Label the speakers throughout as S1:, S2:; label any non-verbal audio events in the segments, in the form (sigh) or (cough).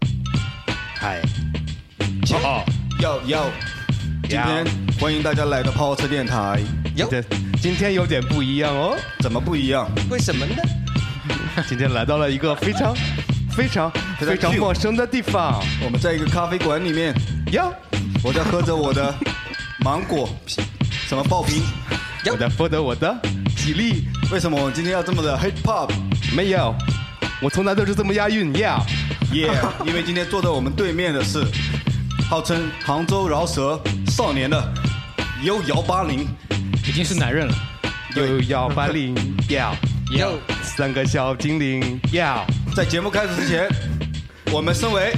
S1: 哎
S2: 嗨，
S1: 切
S2: 哦，
S1: 要要，今天欢迎大家来到泡泡车电台，
S3: 哟，
S2: 这今天有点不一样
S1: (laughs)
S2: 哦，
S1: 怎么不一样？
S3: 为什么呢？
S2: 今天来到了一个非常、非常、
S1: 非常
S2: 非常
S1: cute
S2: 陌生的地方
S1: 我们在一个咖啡馆里面，
S2: 哟。
S1: 我在喝着我的芒果啤什么爆冰。
S3: 哟
S2: 我在获得我的体力，
S1: 为什么我今天要这么的 hip hop？
S2: 没有，我从来都是这么押韵呀。
S1: 耶、 (laughs) 因为今天坐在我们对面的是号称杭州饶舌少年的悠摇八零，
S4: 已经是男人了。
S2: 又要八零
S1: (laughs)
S2: 要
S3: 哟，
S2: 三个小精灵要
S1: 在节目开始之前，我们身为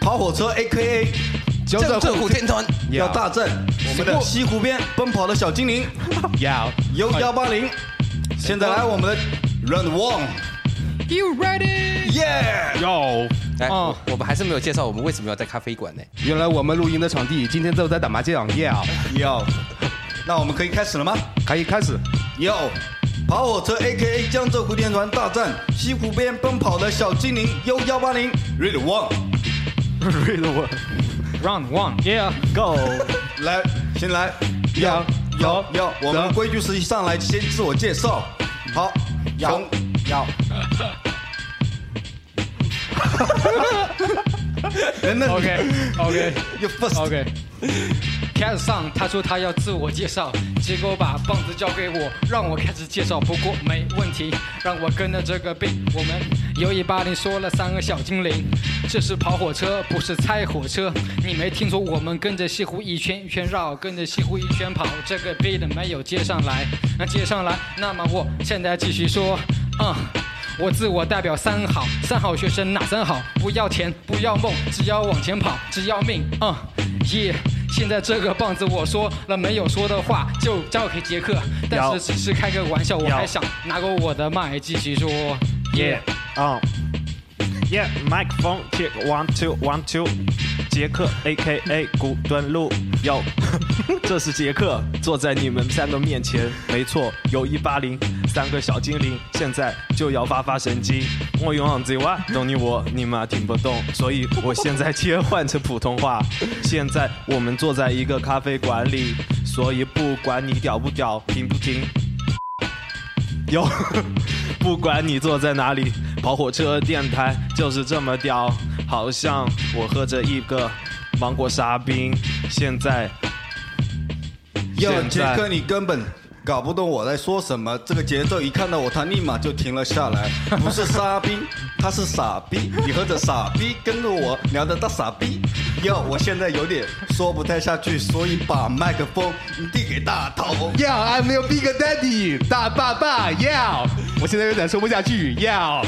S1: 跑火车 A K A
S2: 九
S3: 正
S2: 色
S3: 正虎天团，
S1: 要大战我们的西湖边奔跑的小精灵
S2: 要哎
S1: 悠幺八零，现在来我们的 Round One，
S4: You ready？
S1: 耶！
S2: 要
S3: 哎，
S2: 哦
S3: 我我们还是没有介绍我们为什么要在咖啡馆呢？
S2: 原来我们录音的场地今天都在打麻将要
S1: 要，那我们可以开始了吗？
S2: 可以开始。
S1: 要，跑火车 A K A 江浙沪电团大战西湖边奔跑的小精灵 U 幺八零 Round One，
S2: 瑞的我 (laughs)
S4: Round
S2: 啊
S4: one，yeah，
S2: go
S1: 来，先来，
S2: 要
S1: 要
S2: 走
S1: 要，我们
S2: 走
S1: 规矩是一上来先自我介绍，好，
S2: 要
S1: 从
S2: 要
S1: 人们
S4: OK OK
S1: You first，
S4: OK。开始上，他说他要自我介绍，结果把棒子交给我，让我开始介绍。不过没问题，让我跟着这个病。我们有一八零说了三个小精灵，这是跑火车，不是猜火车。你没听说我们跟着西湖一圈一圈绕，跟着西湖一圈跑，这个病的没有接上来，那接上来，那么我现在继续说，嗯。我自我代表三好，三好学生哪三好？不要钱，不要梦，只要往前跑，只要命。嗯，耶！现在这个棒子我说了没有说的话，就交给杰克。但
S2: 要
S4: 是只是开个玩笑，我
S5: 要
S4: 还想拿过我的麦继续说。耶
S5: Yeah，啊、yeah, microphone check one two one two，杰克 A K A 古墩路有， (laughs) 这是杰克坐在你们三个面前，没错，有一八零三个小精灵，现在就要发发神经。我永远在哇，懂你我你妈听不懂，所以我现在切换成普通话。现在我们坐在一个咖啡馆里，所以不管你屌不屌，听不听，有，不管你坐在哪里，跑火车电台就是这么屌。好像我喝着一个芒果沙冰，现
S1: (laughs)
S5: 在
S1: 要
S5: 现
S1: 杰
S5: 在
S1: 克，你根本搞不懂我在说什么。这个节奏一看到我，他立马就停了下来。
S3: (laughs)
S1: 不是沙逼，他是傻逼。你喝着傻逼，跟着我聊的大傻逼。要我现在有点说不太下去，所以把麦克风递给大头。
S2: 要 I'm your big daddy 大爸爸要，我现在有点说不下去要，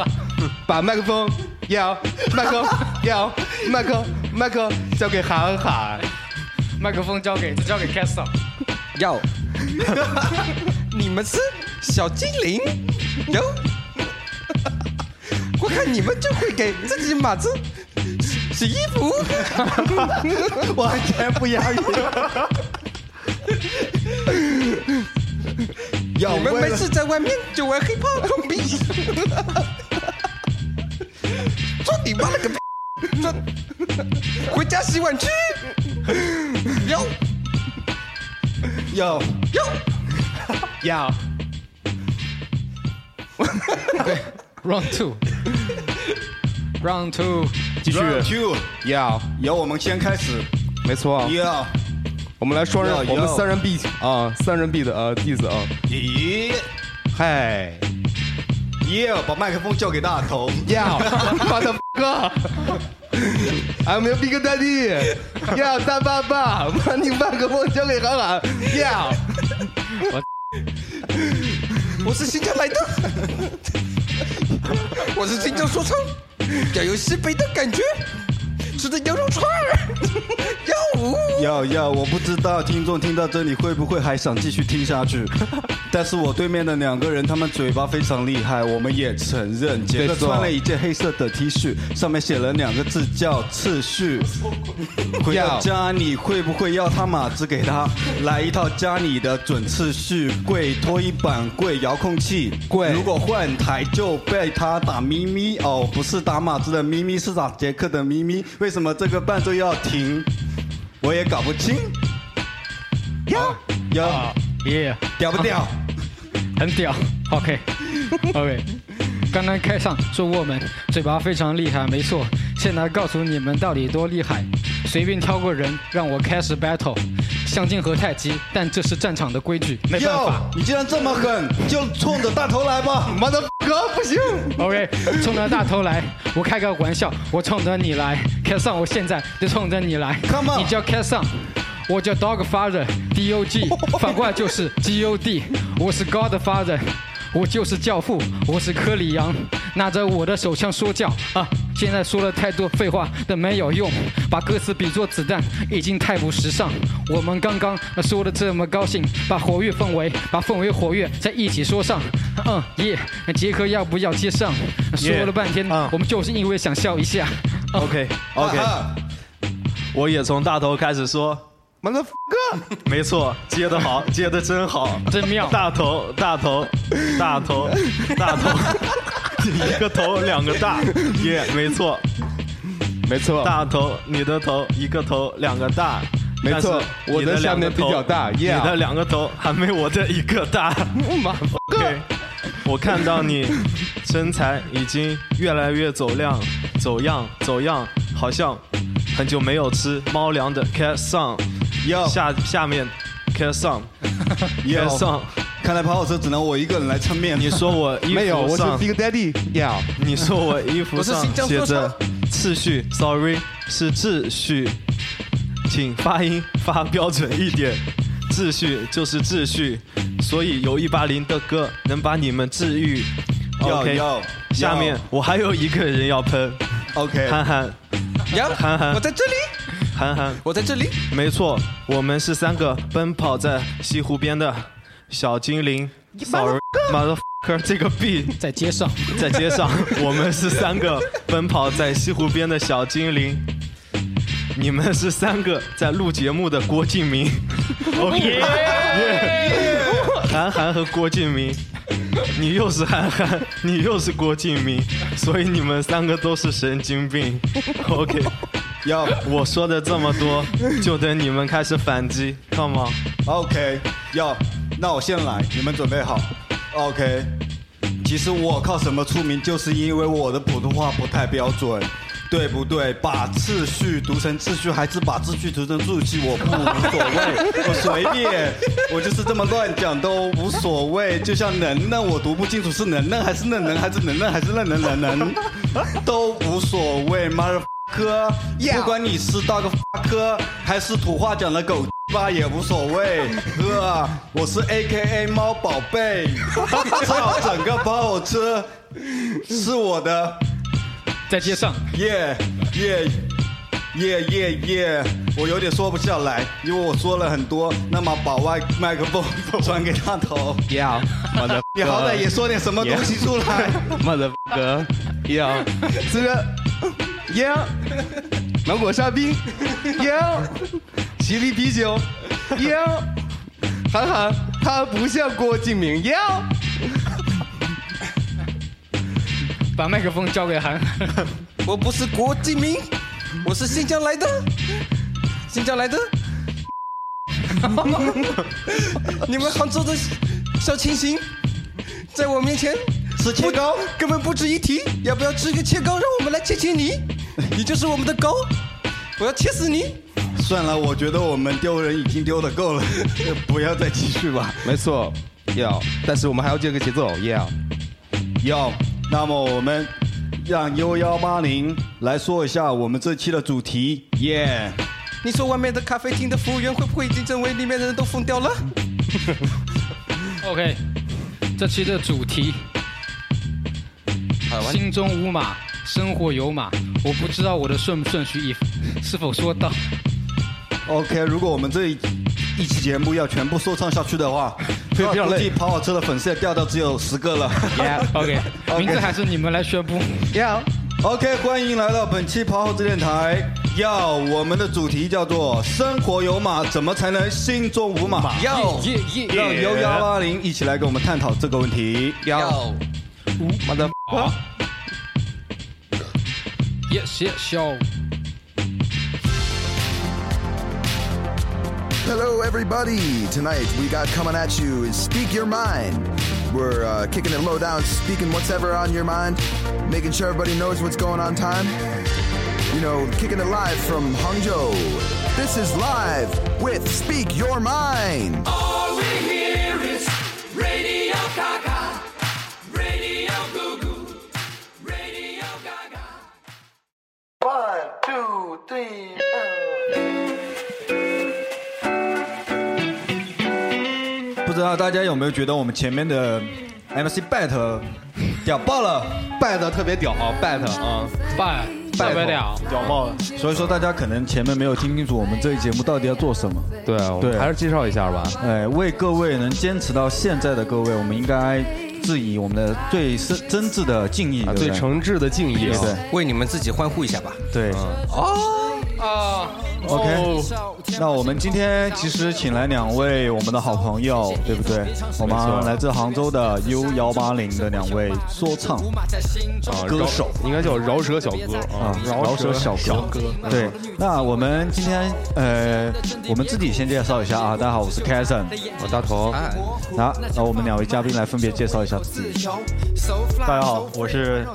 S2: (laughs) 把麦克风要麦克 (laughs) 要麦克麦克交给涵涵。
S4: 麦克风交给交给 c a s t e r
S3: 要，你们是小精灵，有， (laughs) 我看你们就会给自己马子洗洗衣服，
S1: 完全不押韵。要
S3: 你们
S1: 为
S3: 没
S1: 了
S3: 事在外面就玩黑怕装逼， (laughs) 装你妈了个逼，装， (laughs) 回家洗碗去，有
S1: 要
S3: 有，
S2: (laughs) 要
S4: Round two，Round two，
S2: 继续
S1: two，
S2: 要，
S1: 由我们先开始。
S2: 没错，
S1: 要
S2: 我们来双人
S1: 要，
S2: 我们
S1: 要
S2: 三人 B 啊，三人 B 的呃 D 子啊，
S1: 咦
S2: 嗨，
S1: 要把麦克风交给大头。
S2: 要我的哥，I'm your big daddy 要大爸爸，把你麦克风交给涵涵要。
S3: 我是新疆来的，我是新疆说唱，要有西北的感觉，吃的羊肉串儿， (laughs) 要五
S1: (laughs) 要要，我不知道听众听到这里会不会还想继续听下去？但是我对面的两个人，他们嘴巴非常厉害，我们也承认。杰克
S2: 对
S1: 穿了一件黑色的 T 恤，上面写了两个字叫“次序”。回到家你会不会要他码子给他来一套家里的准次序柜、拖衣板柜、遥控器
S2: 柜
S1: 如果换台就被他打咪咪哦，不是打码子的咪咪，是打杰克的咪咪。为什么这个伴奏要停？我也搞不清。呀呀，
S4: 耶、
S1: 屌不屌？
S4: 很屌。OK，OK，、刚
S1: (laughs)
S4: 刚开上说我们嘴巴非常厉害，没错。现在告诉你们到底多厉害，随便挑个人让我开始 battle，相竞和太极，但这是战场的规矩，没办
S1: 哟
S4: 法。，
S1: 你既然这么狠，就冲着大头来吧！
S2: 妈的哥不行，
S4: OK，冲着大头来，我开个玩笑，我冲着你来，开上我现在就冲着你来
S1: Come on
S4: 你叫开上，我叫 Dog Father，D O
S5: (laughs)
S4: G，反过来就是 G O D，我是 God Father，我就是教父，我是科里扬，拿着我的手枪说教啊。现在说了太多废话但没有用，把歌词比作子弹已经太不时尚。我们刚刚呃说的这么高兴，把活跃氛围，把氛围活跃在一起说上，嗯耶，杰克要不要接上？说
S5: Yeah，
S4: 了半天
S5: 嗯
S4: 我们就是因为想笑一下。啊
S5: (laughs) OK OK，
S1: 啊
S5: 我也从大头开始说，
S2: 妈的哥，
S5: 没错，接的好，接的真好，
S4: 真妙
S5: 大头，大头，大头，大
S1: (laughs)
S5: 头，一个头两个大，耶、没错，
S2: 没错，
S5: 大头，你的头一个头两个大。
S2: 没错
S5: 但是
S2: 我的
S5: 你
S2: 下
S5: 两个
S2: 面比较大
S5: 头
S2: yeah
S5: 你的两个头还没我的一个
S2: (laughs)
S5: 大。
S2: 妈的哥
S5: OK，，我看到你身材已经越来越走量、走样、走样，好像很久没有吃猫粮的 cat song。
S1: 哟
S5: 下下面
S2: (laughs)
S5: cat song cat
S1: 哟，
S5: song，
S1: 看来跑火车只能我一个人来撑面。
S5: 你说我衣服上
S2: 没有，我是 Big Daddy，要
S5: 你说我衣服
S3: 我是
S5: 上
S3: 新疆
S5: 写
S3: 说
S5: 着次序，sorry 是秩序，请发音发标准一点。秩序就是秩序，所以有一八零的歌能把你们治愈。
S1: 要
S5: OK，
S1: 要
S5: 下面我还有一个人要喷，
S1: OK，
S5: 憨憨
S3: 呀
S5: 憨憨
S3: 我在这里，
S5: 憨憨，
S3: 我在这里，
S5: 没错，我们是三个奔跑在西湖边的小精灵。sorry，妈的 f 这个 B
S4: 在街上，
S5: 在街上，我们是三个奔跑在西湖边的小精灵，你们是三个在录节目的郭敬明。OK，韩寒和郭敬明，你又是韩寒，你又是郭敬明，所以你们三个都是神经病。OK，
S1: 要
S5: 我说的这么多，就等你们开始反击，Come on。
S1: OK，要，那我先来，你们准备好。OK，其实我靠什么出名，就是因为我的普通话不太标准，对不对？把次序读成秩序，还是把秩序读成秩序，我不无所谓，我随便，我就是这么乱讲都无所谓。就像能能，我读不清楚是能能还是嫩能，还是能能还是嫩能能能，都无所谓。妈的，哥，不管你是大个科还是土话讲的狗吧也无所谓，哥，我是 A K A 猫宝贝，操，整个包我吃，是我的，
S4: 在街上，
S1: 耶耶耶耶耶，我有点说不下来，因为我说了很多，那么把外麦克风传给大头，
S2: 要，妈的
S1: 你好歹也说点什么东西出来，
S2: 妈的哥，要，这个要，芒果沙冰，要，吉利啤酒，要，韩寒他不像郭敬明，要，
S4: 把麦克风交给韩寒。
S3: 我不是郭敬明，我是新疆来的，新疆来的。 (laughs) 你们杭州的小清新，在我面前
S1: 吃切糕，
S3: 根本不值一提。要不要吃个切糕，让我们来切切你？你就是我们的糕，我要切死你！
S1: 算了，我觉得我们丢人已经丢的 (laughs) 够了，不要再继续吧。
S2: 没错，要，但是我们还要接个节奏，要，
S1: 要，那么我们让 U 幺八零来说一下我们这期的主题，耶、
S3: 你说外面的咖啡厅的服务员会不会已经认为里面的人都疯掉了？
S4: (laughs) OK，这期的主题：心中无马，生活有马。我不 (laughs) 知道我的顺不顺序，以是否说到
S1: OK，如果我们这一一期节目要全部说唱下去的话，
S2: (laughs) 非非常
S1: 估
S2: 累
S1: 计跑火车的粉丝要掉到只有十个了。 (laughs)
S4: (laughs) Yeah，OK，名字还是你们来宣布。
S2: 要
S1: OK，欢迎来到本期跑火车电台。要我们的主题叫做“生活有码，怎么才能心中无码”。
S6: 要
S4: 耶耶耶！
S1: 让幺幺八零一起来跟我们探讨这个问题。
S6: 要
S2: 妈的，
S4: Yes yes yo。
S7: Hello, everybody. Tonight we got coming at you is Speak Your Mind. We're uh, kicking it low down, speaking what's ever on your mind, making sure everybody knows what's going on time. You know, kicking it live from Hangzhou. This is live with Speak Your Mind.
S1: 不知道大家有没有觉得我们前面的 MC Bat 屌爆了？
S2: 拜的特别屌啊拜的啊，
S4: 拜拜不了，
S2: 屌爆了。
S1: 所以说大家可能前面没有听清楚我们这一节目到底要做什么。
S2: 对啊，我
S1: 对
S2: 还是介绍一下吧。
S1: 哎，为各位能坚持到现在的各位，我们应该致以我们的最深真挚的敬意，
S2: 啊，
S1: 对不
S2: 最
S1: 对
S2: 诚挚的敬意啊。
S1: 对
S6: 为你们自己欢呼一下吧。
S1: 对。
S4: 啊
S1: 哦 OK，那我们今天其实请来两位我们的好朋友，对不对？我们来自杭州的 U 幺八零的两位说唱
S2: 啊
S1: 歌
S2: 饶
S1: 手
S2: 应该叫饶舌小哥
S1: 啊
S2: 啊，，
S1: 饶舌小哥。对，那我们今天呃，我们自己先介绍一下啊。大家好，我是 Kason。
S2: 我大头，
S1: 啊，那我们两位嘉宾来分别介绍一下自己。
S5: 大家好，我是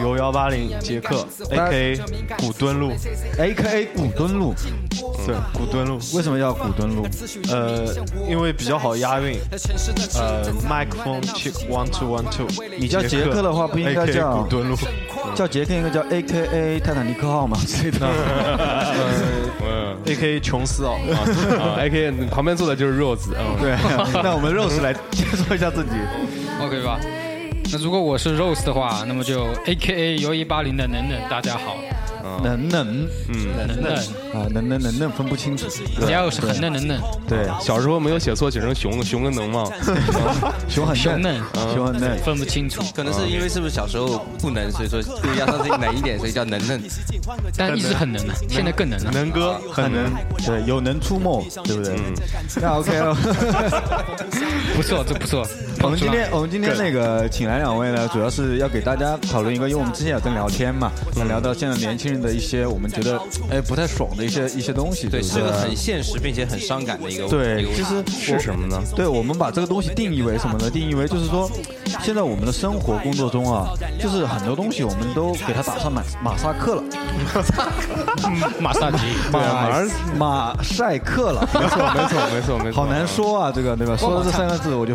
S5: U 幺八零杰克，A K 古墩路，
S1: A K A 古墩路，
S5: 对，古墩路，
S1: 为什么叫古墩路？
S5: 呃，因为比较好押韵，呃，microphone chick one two one two，
S1: 你叫杰克的话不应该
S5: AK
S1: 叫
S5: 古墩路，
S1: 叫杰克应该叫 A K A 泰坦尼克号
S6: (laughs)
S1: 嘛之类
S6: 啊
S1: 的。
S2: 嗯
S5: A K 琼斯 (laughs) 哦，
S2: 啊，A K 旁边坐的就是 Rose，嗯，
S1: 对，那我们 Rose 来介绍一下自己。
S4: ，OK 吧？那如果我是 Rose 的话，那么就 A K A 游一八零的能能，大家好，
S1: 能能
S4: 能能，
S1: 啊，能能能能分不清楚。
S4: 只要是很嫩能嫩，
S1: 对，
S2: 小时候没有写错，写成熊，熊个 (laughs) 能吗？
S1: 熊很
S4: 熊
S1: 嫩啊
S4: 嫩，
S1: 熊很嫩。
S4: 分不清楚，
S6: 可能是因为是不是小时候不能，所以说故意要让自己冷一点，所以叫能嫩。
S4: 但一直很能，啊现在更能了。
S5: 能哥很能，
S1: 对，有能出没，对不对？
S6: 嗯
S1: 那 OK
S6: (laughs)
S1: 了。
S4: 不错，这不错。
S1: 我们今天我们今天那个请来两位呢，主要是要给大家讨论一个，因为我们之前也在聊天嘛，聊到现在年轻人的一些我们觉得哎不太爽的一些一些东西，
S6: 对，
S1: 不
S6: 是个很现实并且很伤感的一个
S1: 对
S6: 一个，
S1: 其实
S2: 是什么呢？
S1: 对，我们把这个东西定义为什么呢？定义为就是说，现在我们的生活工作中啊，就是很多东西我们都给它打上马马赛克了，
S4: 马萨吉，
S1: 马马赛克了，没
S2: (laughs)
S1: 错没错
S2: 没啊错没错
S1: 好难说啊，这个对吧？说到这三个字我就。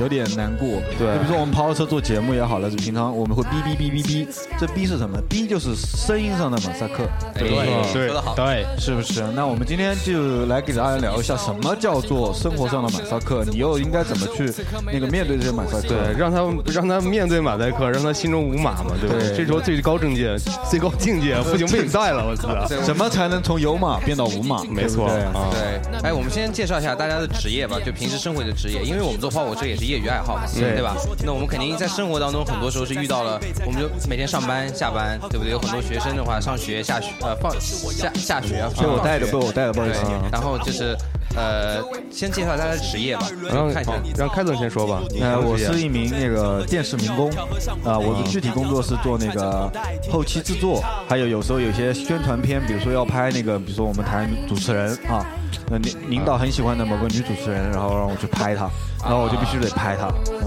S1: 有点难过，对，比如说我们跑火车做节目也好了，平常我们会哔哔哔哔哔，这哔是什么？哔就是声音上的马赛克，
S6: 对
S2: 对
S6: 说得好。
S4: 对，
S1: 是不是？那我们今天就来给大家聊一下，什么叫做生活上的马赛克？你又应该怎么去那个面对这些马赛克？
S2: 对，让他让他面对马赛克，让他心中无马嘛，对不对？
S1: 对
S2: 这时候最高境界，最高境 (laughs) 界不行被你带了，我操！
S1: 怎么才能从有码变到无码？
S2: 没错
S1: 对不对
S2: 啊，
S6: 对，哎，我们先介绍一下大家的职业吧，就平时生活里的职业，因为我们做跑火车也是业余爱好嘛，
S1: 对
S6: 对吧？那我们肯定在生活当中很多时候是遇到了，我们就每天上班下班，对不对？有很多学生的话，上学下学呃放下下学，
S1: 被我带
S6: 着
S1: 的，被我带的，不好意
S6: 对
S1: 思。，啊
S6: 然后就是呃，先介绍大家的职业吧，然后
S2: 让
S6: 看一下
S2: 好啊让开总先说吧。你
S1: 呃，
S2: 说
S1: 我
S2: 职业
S1: 是一名那个电视民工，啊，我的具体工作是做那个后期制作，还有有时候有些宣传片，比如说要拍那个，比如说我们台主持人啊，那领领导很喜欢的某个女主持人，然后让我去拍她，然后我就必须得拍她，嗯，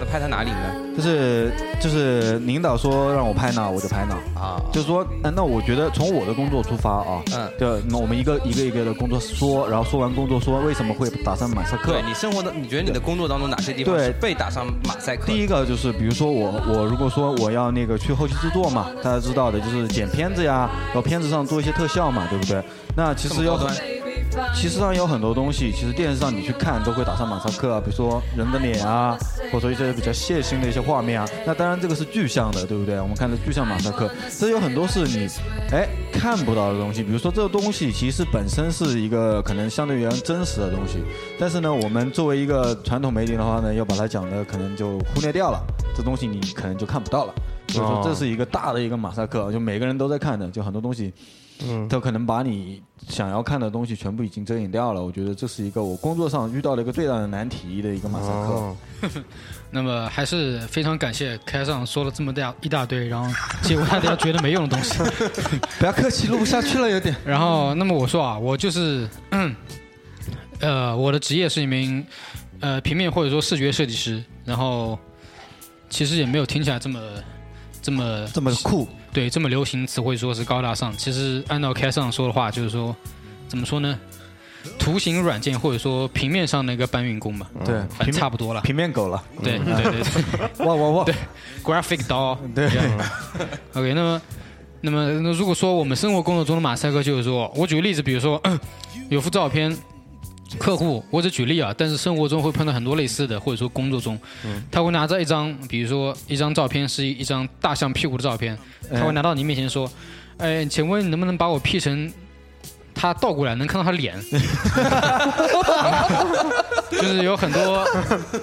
S6: 那拍他哪里呢？
S1: 就是就是领导说让我拍哪我就拍哪，
S6: 啊，
S1: 就是说，嗯，那我觉得从我的工作出发啊，
S6: 嗯
S1: 对，那我们一个一个一个的工作说，然后说完工作说为什么会打上马赛克
S6: 对。你生活的，你觉得你的工作当中哪些地方
S1: 对
S6: 是被打上马赛克的？
S1: 第一个就是，比如说我我如果说我要那个去后期制作嘛，大家知道的就是剪片子呀，然后片子上做一些特效嘛，对不对？那其
S6: 这
S1: 实
S6: 么
S1: 要
S6: 高端
S1: 其实上有很多东西，其实电视上你去看都会打上马赛克啊，比如说人的脸啊，或者说一些比较血腥的一些画面啊。那当然这个是具象的，对不对？我们看的具象马赛克，这有很多是你哎看不到的东西，比如说这个东西其实本身是一个可能相对于真实的东西，但是呢，我们作为一个传统媒体的话呢，要把它讲的可能就忽略掉了，这东西你可能就看不到了。所以说这是一个大的一个马赛克，就每个人都在看的，就很多东西。他可能把你想要看的东西全部已经遮掩掉了。我觉得这是一个我工作上遇到的一个最大的难题的一个马赛克。
S4: 那么还是非常感谢开上说了这么大一大堆，然后结果大家觉得没用的东西。
S1: 不要客气，录不下去了有点。
S4: 然后，那么我说啊，我就是， (clears throat) 呃，我的职业是一名呃平面或者说视觉设计师。然后，其实也没有听起来这么这么
S1: 这么酷，
S4: 对这么流行词汇说是高大上。其实按照开上说的话，就是说怎么说呢？图形软件或者说平面上的一个搬运工吧，
S1: 对，
S4: 反正差不多了。
S1: (laughs) 平面狗了，
S4: 对对对对。
S1: 哇哇哇！
S4: graphic 刀。对。OK，那么，那么，那如果说我们生活工作中的马赛克，就是说我举个例子，比如说有幅照片，客户我只举例啊，但是生活中会碰到很多类似的，或者说工作中，他会拿着一张，比如说一张照片是一张大象屁股的照片，他会拿到你面前说，哎，请问你能不能把我 P 成？他倒过来能看到他脸， (laughs) 就是有很多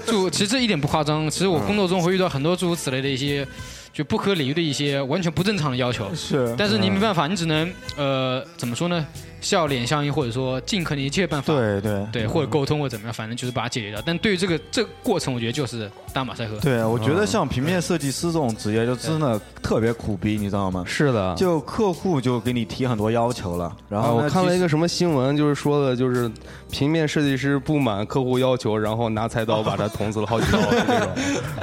S4: 就其实这一点不夸张。其实
S1: 嗯
S4: 我工作中会遇到很多诸如此类的一些就不可理喻的一些完全不正常的要求，
S1: 是，嗯
S4: 但是你没办法，你只能呃怎么说呢？笑脸相迎，或者说尽可能一切办法，
S1: 对对
S4: 对，或者沟通或者怎么样，反正就是把它解决掉。但对于这个这个过程，我觉得就是打马赛克。
S1: 对，啊我觉得像平面设计师这种职业就真的特别苦逼，你知道吗？
S2: 是的，
S1: 就客户就给你提很多要求了，然
S2: 啊，
S1: 后
S2: 我
S1: 呢
S2: 看了
S1: 其
S2: 一
S1: 实
S2: 个什么新闻，就是说的，就是平面设计师不满客户要求，然后拿菜刀把他捅死了好几刀，是这
S1: (laughs)
S2: 种，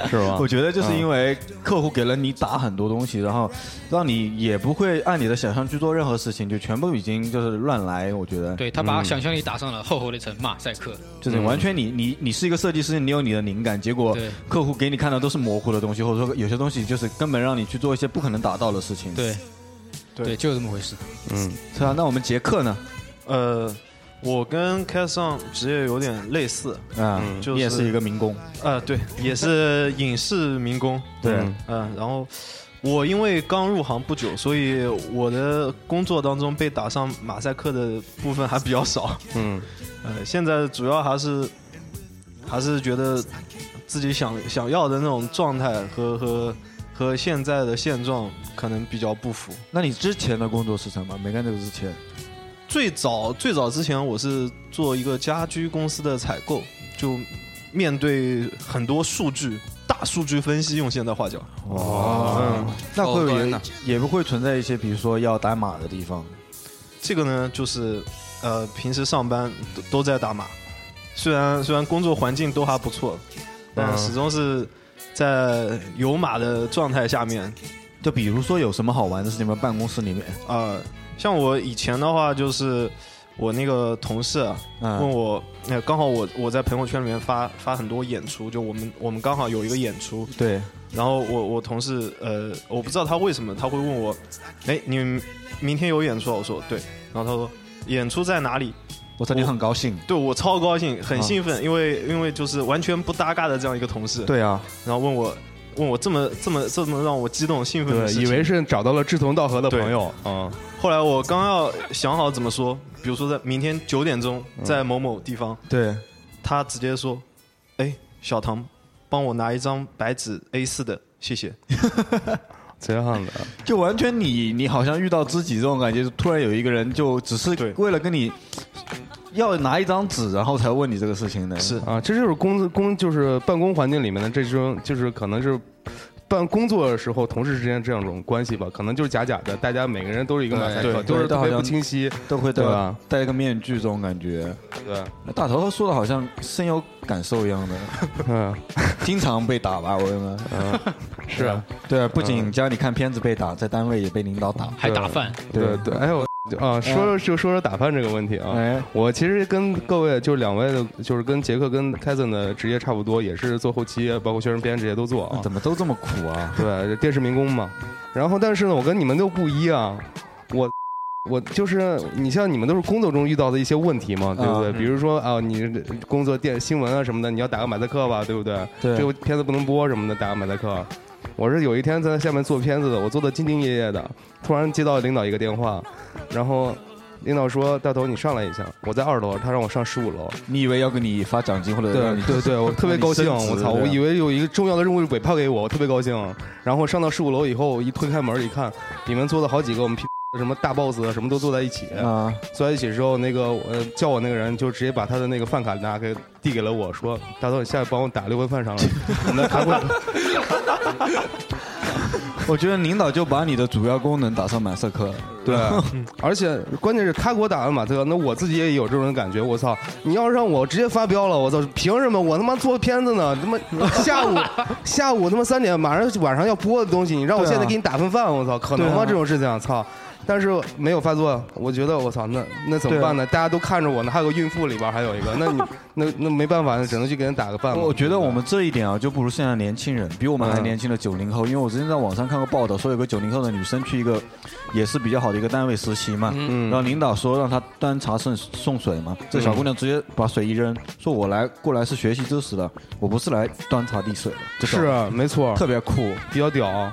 S2: 是吧
S1: 我？觉得就是因为客户给了你打很多东西，然后让你也不会按你的想象去做任何事情，就全部已经就是乱来。我觉得，
S4: 对他把想象力打上了厚厚的一层马赛克。
S1: 就是完全你你你是一个设计师，你有你的灵感，结果
S4: 嗯对
S1: 客户给你看的都是模糊的东西，或者说有些东西就是根本让你去做一些不可能达到的事情。，
S4: 对，对，就是这么回事。
S1: 是啊。那我们杰克呢？
S5: 呃，我跟 K 上职业有点类似，
S1: 啊，
S5: 就是
S1: 你也是一个民工，
S5: 呃，对，也是影视民工，
S1: 对，
S5: 嗯、然后我因为刚入行不久，所以我的工作当中被打上马赛克的部分还比较少，
S2: 嗯，
S5: 呃，现在主要还是还是觉得自己想想要的那种状态和和和现在的现状可能比较不符。
S1: 那你之前的工作是什么？没干这个之前，
S5: 最早最早之前，我是做一个家居公司的采购，就面对很多数据，大数据分析，用现在话讲，
S1: 哦，那会
S6: 高端
S1: 有
S6: 呢
S1: 也不会存在一些，比如说要打码的地方，
S5: 这个呢，就是呃，平时上班都都在打码，虽然虽然工作环境都还不错，但始终是在有码的状态下面。
S1: 就比如说有什么好玩的是你们办公室里面，
S5: 呃，像我以前的话，就是我那个同事啊，问
S1: 嗯，
S5: 我，呃，刚好我我在朋友圈里面发发很多演出，就我们我们刚好有一个演出，
S1: 对，
S5: 然后我我同事呃，我不知道他为什么他会问我，哎，你们明天有演出啊？我说对，然后他说演出在哪里？
S1: 我操，你很高兴，
S5: 对我超高兴，很兴
S2: 嗯
S5: 奋，因为因为就是完全不搭嘎的这样一个同事，，
S1: 对啊，
S5: 然后问我问我这么这么这么让我激动兴奋的
S2: 对，
S5: 事情，
S2: 以为是找到了志同道合的
S5: 对
S2: 朋友，嗯，
S5: 后来我刚要想好怎么说，比如说在明天九点钟在某某地方，
S1: 对，
S5: 他直接说：“哎，小唐，帮我拿一张白纸 A4 的，谢谢。
S2: 这样的，
S1: 就完全你你好像遇到知己这种感觉，就突然有一个人就只是
S5: 对
S1: 为了跟你要拿一张纸，然后才问你这个事情的。
S5: 是
S2: 啊，这就是工作工就是办公环境里面的这种，就是可能是办工作的时候同事之间这样种关系吧，可能就是假假的，大家每个人都是一个马赛
S1: 对
S2: 克，
S1: 对
S2: 都是
S1: 都
S2: 特
S1: 好
S2: 别
S1: 像
S2: 不清晰，
S1: 都会
S2: 对
S1: 戴
S2: 吧
S1: 戴一个面具这种感觉。
S2: 对，
S1: 那大头说的好像深有感受一样的，
S2: 嗯，
S1: 经常被打吧？我认为，
S2: 是啊，
S1: 对，不仅家里看片子被打，在单位也被领导打。
S4: 还打饭，
S2: 对对，哎我。
S1: 嗯
S2: 啊，说就说说打饭这个问题啊，
S1: 哎
S2: 我其实跟各位就是两位的，就是跟杰克跟凯森的职业差不多，也是做后期，包括宣传编这些都做啊。
S1: 嗯怎么都这么 (laughs) 苦啊？
S2: 对，电视民工嘛。然后，但是呢，我跟你们就不一样，我我就是你像你们都是工作中遇到的一些问题嘛，对不对？
S1: 嗯
S2: 比如说啊，你工作电新闻啊什么的，你要打个马赛克吧，对不对？
S1: 对
S2: 这个片子不能播什么的，打个马赛克。我是有一天在下面做片子的，我做的兢兢业业的，突然接到领导一个电话，然后领导说：“大头，你上来一下。”我在二楼，他让我上十五楼。
S1: 你以为要给你发奖金或者 (laughs) 让
S2: 对
S1: 你
S2: 对对，我特别高兴，
S1: 让你升
S2: 我
S1: 职
S2: 操，
S1: 对
S2: 我以为有一个重要的任务委派给我，我特别高兴。然后上到十五楼以后，我一推开门一看，里面坐的好几个我们 P 什么大 boss 啊什么都坐在一起。
S1: 啊，
S2: 坐在一起之后，那个呃叫我那个人就直接把他的那个饭卡拿给递给了我，说：“大头，你下来帮我打六份饭上来，
S1: (laughs)
S2: 我们来开会。
S1: 我觉得领导就把你的主要功能打上马赛克了。”
S2: 对，而且关键是他给我打完马赛克，那我自己也有这种感觉。我操，你要让我直接发飙了，我操，凭什么我他妈做片子呢？他妈 (laughs) 下午下午他妈三点，马上晚上要播的东西，你让我
S1: 对啊
S2: 现在给你打份饭，我操，可能吗？这种事情，操。但是没有发作，我觉得我操，那那怎么办呢？大家都看着我呢，还有个孕妇里边还有一个，那你 (laughs) 那那没办法，只能去给人打个饭嘛。
S1: 我觉得我们这一点啊，就不如现在年轻人，比我们还年轻的九零后。因为我之前在网上看过报道，说有个九零后的女生去一个也是比较好的一个单位实习嘛，然后领导说让她端茶送送水嘛，这小姑娘直接把水一扔，说我来过来是学习知识的，我不是来端茶递水的，这种
S2: 是啊没错，哎
S1: 特别酷。
S2: 比较屌。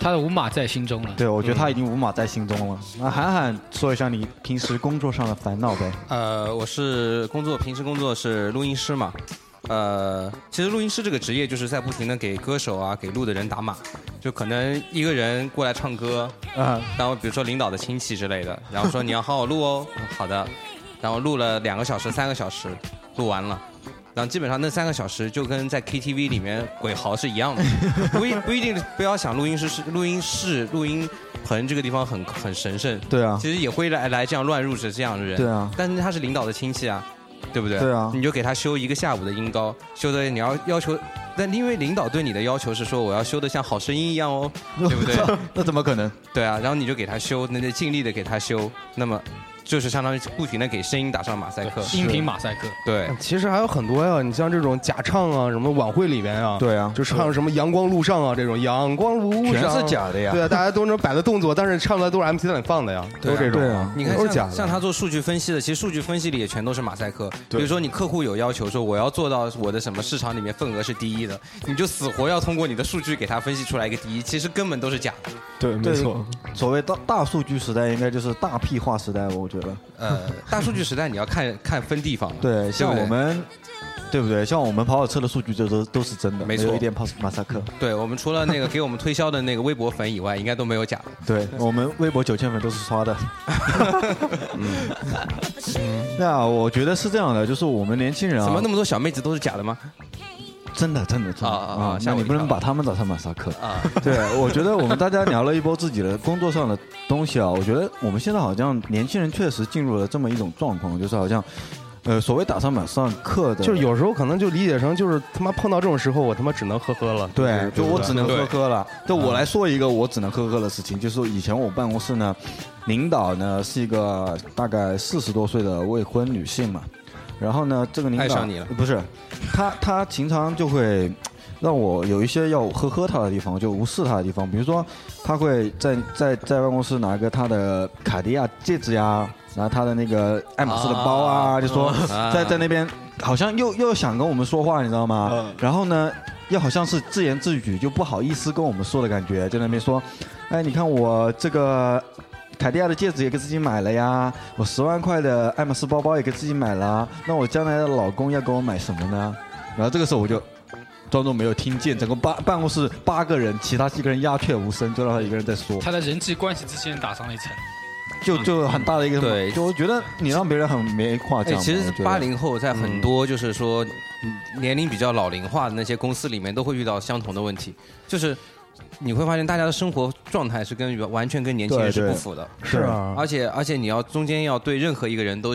S4: 他的五马在心中了。嗯
S1: 对，我觉得她已经无马在心中了。那涵涵说一下你平时工作上的烦恼呗。
S6: 呃，我是工作，平时工作是录音师嘛。呃，其实录音师这个职业就是在不停的给歌手啊、给录的人打码，就可能一个人过来唱歌，
S1: 啊，
S6: 然后比如说领导的亲戚之类的，然后说你要好好录哦，嗯好的，然后录了两个小时、三个小时，录完了。然后基本上那三个小时就跟在 KTV 里面鬼嚎是一样的， (laughs) 不一不一定不要想录音室是录音室录音棚这个地方很很神圣，
S1: 对啊，
S6: 其实也会来来这样乱入职这样的人，
S1: 对啊，
S6: 但是他是领导的亲戚啊，对不对？
S1: 对啊
S6: 你就给他修一个下午的音高，修的你要要求，但因为领导对你的要求是说我要修的像好声音一样
S1: (laughs)
S6: 哦，对不对？
S1: 那怎么可能？
S6: 对啊，然后你就给他修，那就尽力的给他修，那么就是相当于不停的给声音打上马赛克，
S4: 音频马赛克，
S6: 对。
S2: 其实还有很多呀，你像这种假唱啊，什么晚会里边啊，
S1: 对啊
S2: 就唱什么阳光路上啊这种阳光路上
S1: 全是假的呀
S2: 对啊，大家都能摆的动作，但是唱出来都是 MC 在里放的呀，
S6: 对啊
S2: 都这种，
S1: 对啊
S6: 你看
S2: 都是假
S6: 像
S2: 的，
S6: 像他做数据分析的，其实数据分析里也全都是马赛克。比如说你客户有要求说我要做到我的什么市场里面份额是第一的，你就死活要通过你的数据给他分析出来一个第一，其实根本都是假的。
S5: 对，没
S1: 对
S5: 错，
S1: 所谓大大数据时代，应该就是大屁话时代，我觉得。
S6: 呃，大数据时代你要看看分地方了。
S1: 对，像
S6: 不对
S1: 我们，对不对？像我们跑跑车的数据就都都是真的，
S6: 没
S1: 没
S6: 错
S1: 有一点跑马赛克。
S6: 对我们除了那个给我们推销的那个微博粉以外，应该都没有假的。
S1: 对我们微博九千粉都是刷的。那我觉得是这样的，就是我们年轻 (laughs) 人啊，
S6: 怎么那么多小妹子都是假的吗？
S1: 真的真的真的
S6: 啊啊啊吓
S1: 那
S6: 我
S1: 你
S6: 一
S1: 不能
S6: 跳
S1: 把他们找上马赛克。
S6: 啊，
S1: (laughs) 对，我觉得我们大家聊了一波自己的工作上的东西啊，我觉得我们现在好像年轻人确实进入了这么一种状况，就是好像，呃，所谓打上马赛克的，
S2: 就是有时候可能就理解成就是他妈碰到这种时候，我他妈只能呵呵了，
S1: 对，
S2: 就
S1: 就是我只能
S6: 对
S1: 呵呵了。就我来说一个我只能呵呵的事情，就是以前我办公室呢，领导呢是一个大概四十多岁的未婚女性嘛，然后呢，这个领导
S6: 爱上你了
S1: 不是，她她经常就会让我有一些要呵呵她的地方，就无视她的地方，比如说她会在在在办公室拿个她的卡地亚戒指呀，拿她的那个爱马仕的包啊，
S6: 啊
S1: 就说
S6: 啊
S1: 在在那边好像又又想跟我们说话，你知道
S6: 嗯
S1: 吗？然后呢，又好像是自言自语，就不好意思跟我们说的感觉，在那边说，哎，你看我这个。凯地亚的戒指也给自己买了呀，我十万块的爱马仕包包也给自己买了啊，那我将来的老公要给我买什么呢？然后这个时候我就装作没有听见，整个办办公室八个人，其他七个人鸦雀无声，就让他一个人在说，
S4: 他的人际关系之间打上了一层。
S1: 就就很大的一个，
S6: 对
S1: 就我觉得你让别人很没话
S6: 哎，
S1: 讲嘛。
S6: 其实
S1: 我觉得
S6: 八零后在很多就是说嗯年龄比较老龄化的那些公司里面，都会遇到相同的问题，就是你会发现大家的生活状态是跟完全跟年轻人是
S1: 对对
S6: 不符的，
S2: 是啊，
S6: 而且而且你要中间要对任何一个人都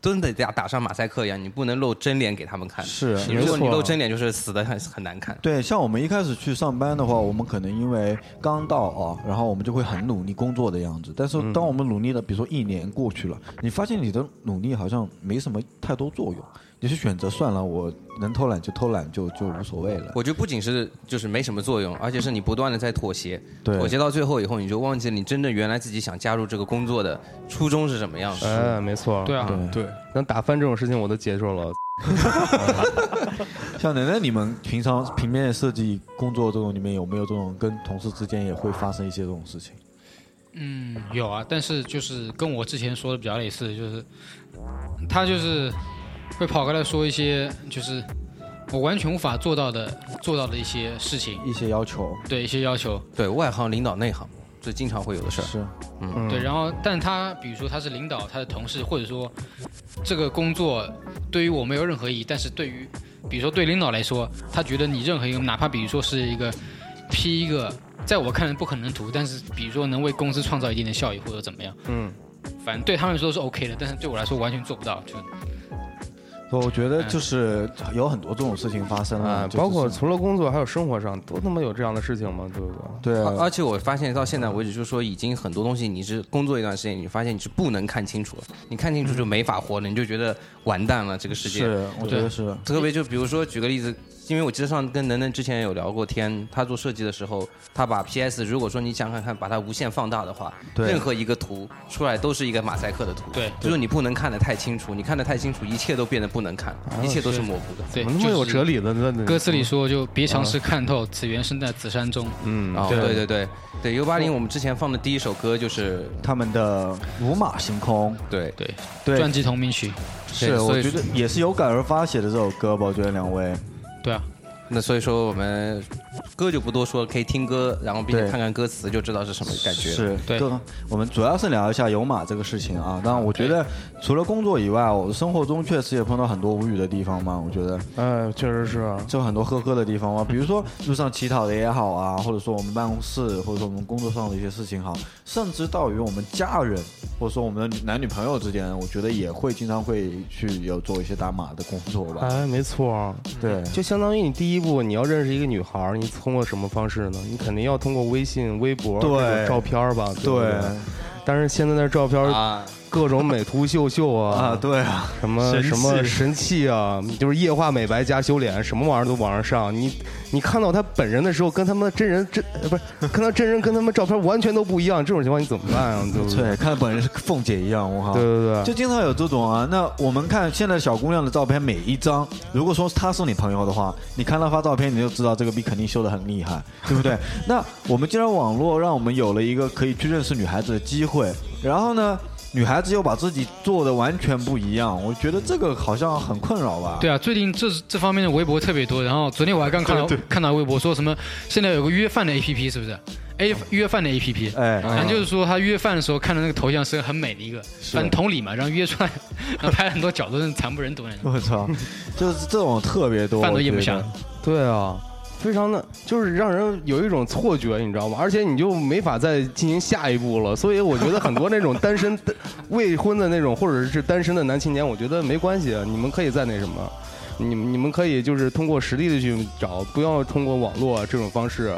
S6: 都得打打上马赛克一样，你不能露真脸给他们看。
S1: 是
S2: 是
S6: 如果你
S2: 没错
S6: 露真脸，就是死的很很难看。
S1: 对，像我们一开始去上班的话，我们可能因为刚到啊，然后我们就会很努力工作的样子。但是
S2: 嗯
S1: 当我们努力了，比如说一年过去了，你发现你的努力好像没什么太多作用，也是选择算了，我能偷懒就偷懒就，就无所谓了。
S6: 我觉得不仅是就是没什么作用，而且是你不断的在妥协，
S1: 对
S6: 妥协到最后以后，你就忘记了你真正原来自己想加入这个工作的初衷是什么样
S1: 哎
S6: 的。
S2: 嗯，没错。
S4: 对，啊，
S2: 对，像打翻这种事情我都接受了。
S1: 像奶奶，你们平常平面设计工作这种，你们有没有这种跟同事之间也会发生一些这种事情？
S4: 嗯，有啊，但是就是跟我之前说的比较类似，就是他就是会跑过来说一些就是我完全无法做到的做到的一些事情，
S1: 一些要求
S4: 对一些要求，
S6: 对外行领导内行，这经常会有的事儿。
S1: 是
S2: 嗯
S4: 对，然后但他比如说他是领导他的同事，或者说这个工作对于我没有任何意义，但是对于比如说对领导来说，他觉得你任何一个哪怕比如说是一个批一个在我看来不可能的图，但是比如说能为公司创造一定的效益或者怎么样，
S2: 嗯，
S4: 反正对他们来说是 OK 的，但是对我来说完全做不到，就
S1: 我觉得就是有很多这种事情发生
S2: 嗯啊
S1: 了，，嗯就
S2: 包括
S1: 只是
S2: 除了工作还有生活上，都他妈有这样的事情吗？对不对？
S1: 对
S6: 而
S1: 啊，
S6: 而且我发现到现在为止，就是说已经很多东西，你是工作一段时间，你发现你是不能看清楚了，你看清楚就没法活了，你就觉得完蛋了这个世界。
S1: 是我觉得是
S6: 特别就比如说举个例子，因为我记得上跟能能之前有聊过天，他做设计的时候，他把 PS 如果说你想看看，把它无限放大的话，
S1: 对
S6: 任何一个图出来都是一个马赛克的图，
S4: 对
S6: 就是你不能看得太清楚，你看得太清楚，一切都变得不能看，一切都是模糊的。
S4: 对，
S2: 怎么那么有哲
S4: 理。
S2: 理呢？那
S4: 歌词里说，就别尝试看透，此缘身在此山中。
S2: 嗯，
S6: 哦，对对对对，U 八零我们之前放的第一首歌就是
S1: 他们的五马行空，
S6: 对
S4: 对，
S1: 对
S4: 传记同名曲。
S1: 是
S6: 对所
S1: 我
S6: 以
S1: 觉得也是有感而发写的这首歌吧，我觉得两位
S4: 对啊，
S6: 那所以说我们歌就不多说，可以听歌，然后并且
S1: 对
S6: 看看歌词就知道是什么感觉。
S1: 是
S4: 对
S1: 就我们主要是聊一下有马这个事情啊，但我觉得除了工作以外，我生活中确实也碰到很多无语的地方嘛，我觉得。
S2: 哎，确实是啊。
S1: 就很多呵呵的地方嘛，比如说路上乞讨的也好啊，或者说我们办公室，或者说我们工作上的一些事情好，甚至到于我们家人，或者说我们的男女朋友之间，我觉得也会经常会去有做一些打码的工作吧。
S2: 哎，没错，
S4: 嗯
S1: 对，
S2: 就相当于你第一步，你要认识一个女孩儿，你通过什么方式呢？你肯定要通过微信、微博、
S1: 对
S2: 这种照片儿吧？对不对。但是现在的照片儿
S6: 啊，
S2: 各种美图秀秀
S1: 啊，
S2: 啊，
S1: 对啊，
S2: 什么
S5: 神器
S2: 什么神器啊，就是液化美白加修脸，什么玩意儿都往上上。你你看到他本人的时候，跟他们真人真呃不是看到真人跟他们照片完全都不一样，这种情况你怎么办啊？对不对？
S1: 对，看本人是凤姐一样，我靠。
S2: 对对
S1: 就
S2: 对，
S1: 经常有这种啊，那我们看现在小姑娘的照片，每一张，如果说她是你朋友的话，你看她发照片，你就知道这个逼肯定修的很厉害，对不对？ (laughs) 那我们既然网络让我们有了一个可以去认识女孩子的机会，然后呢，女孩子又把自己做的完全不一样，我觉得这个好像很困扰吧？
S4: 对啊，最近这这方面的微博特别多。然后昨天我还刚看到看到微博说什么，现在有个约饭的 APP 是不是？A
S2: 啊
S4: 约饭的 APP，
S1: 哎，
S4: 反正就是说他约饭的时候看到那个头像是个很美的一个，反正同理嘛，然后约出来， (laughs) 然后拍了很多角度，真的惨不忍睹那
S5: (laughs)
S4: 种。
S1: 我操，就是这种特别多，
S4: 饭都
S1: 我
S4: 咽不
S1: 觉
S4: 下
S1: 得。
S2: 对啊。非常的，就是让人有一种错觉，你知道吗？而且你就没法再进行下一步了。所以我觉得很多那种单身、 (laughs) 单未婚的那种，或者是单身的男青年，我觉得没关系，啊你们可以再那什么，你们你们可以就是通过实地的去找，不要通过网络这种方式。啊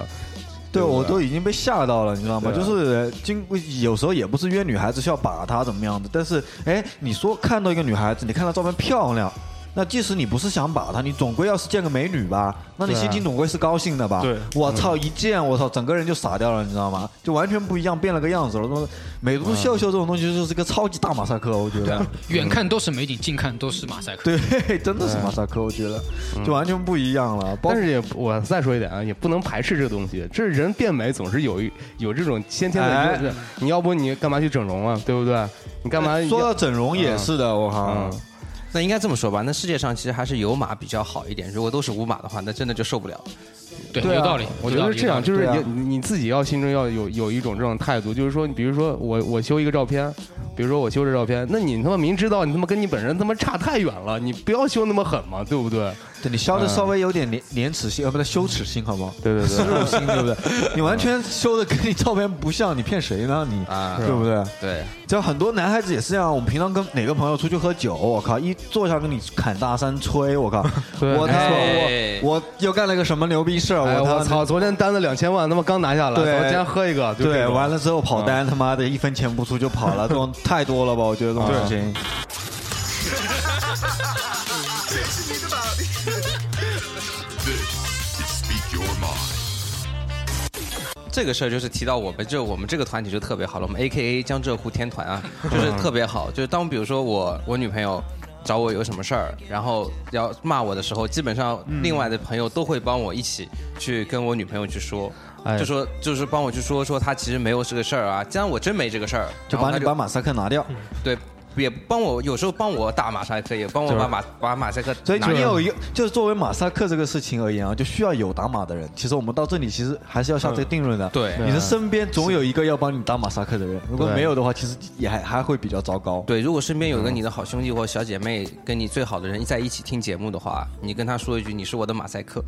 S1: 对，
S2: 对不
S1: 我
S2: 对
S1: 都已经被吓到了，你知道吗？
S2: 对
S1: 就
S2: 啊
S1: 是经有时候也不是约女孩子是要把她怎么样的，但是哎，你说看到一个女孩子，你看她照片漂亮，那即使你不是想把她，你总归要是见个美女吧，那你
S2: 对啊
S1: 心情总归是高兴的吧？
S2: 对嗯
S1: 我操，一见我操，整个人就傻掉了，你知道吗？就完全不一样，变了个样子了。那么美图秀秀这种东西就是个超级大马赛克，我觉
S2: 啊
S1: 得。
S2: 嗯
S4: 远看都是美景，近看都是马赛克。
S1: (laughs) 对，真的是马赛克，我觉得
S2: 嗯
S1: 就完全不一样了。包
S2: 但是也，我再说一点啊，也不能排斥这个东西。这人变美总是有一有这种先天的
S1: 哎
S2: 优势，你要不你干嘛去整容啊？对不对？你干嘛
S1: 说
S2: 要
S1: 到整容也是的，我靠
S2: 嗯，
S6: 那应该这么说吧，那世界上其实还是有马比较好一点，如果都是无马的话，那真的就受不了。
S4: 对，
S2: 对啊
S4: 有道理。
S2: 我
S4: 有
S2: 觉
S4: 道
S2: 得
S4: 理
S2: 这样，就是
S1: 对啊
S2: 也你自己要心中要有有一种这种态度，就是说，比如说我我修一个照片，比如说我修这照片，那你他妈明知道你他妈跟你本人他妈差太远了，你不要修那么狠嘛，对不对？
S1: 对你削的稍微有点廉廉耻心，呃，不对，羞耻心，好不好？
S2: (laughs) 对对对，
S1: 肉心，对不
S2: (laughs)
S1: 对？你完全修的跟你照片不像，你骗谁呢？你
S2: 哎
S6: 啊
S1: 对不对？
S6: 对，
S1: 就很多男孩子也是这样，我们平常跟哪个朋友出去喝酒，我靠，一坐下跟你侃大山吹，我靠，
S2: (laughs) 对
S1: 我他
S6: 哎
S1: 我我又干了个什么牛逼事儿，
S2: 哎，
S1: 他
S2: 我操！昨天单子两千万，他妈刚拿下来，
S1: 对
S2: 昨天喝一个，就这
S1: 对，
S2: 种
S1: 完了之后跑
S2: 嗯
S1: 单，他妈的一分钱不出就跑了，这种太多了吧？我觉得这种事情。
S8: This is
S7: Speak Your Mind，
S6: 这个事儿就是提到我们这我们这个团体就特别好了，我们 A K A 江浙沪天团啊， (laughs) 就是特别好。就是当比如说我我女朋友找我有什么事儿，然后要骂我的时候，基本上
S1: 嗯
S6: 另外的朋友都会帮我一起去跟我女朋友去说，
S1: 哎
S6: 就说就是帮我去说说她其实没有这个事儿啊，既然我真没这个事儿，
S1: 就
S6: 然后
S1: 把
S6: 她
S1: 你把马赛克拿掉。
S6: 对。也帮我，有时候帮我打马赛克，也帮我
S1: 就是
S6: 把马把马赛克拿掉。
S1: 所以你有一个，就是作为马赛克这个事情而言啊，就需要有打马的人。其实我们到这里，其实还是要下这个定论的。
S6: 对
S1: 你的身边总有一个要帮你打马赛克的人，如果
S9: 对
S1: 没有的话，其实也还还会比较糟糕。
S6: 对，如果身边
S4: 嗯
S6: 有个你的好兄弟或小姐妹，跟你最好的人在一起听节目的话，你跟他说一句：“你是我的马赛克。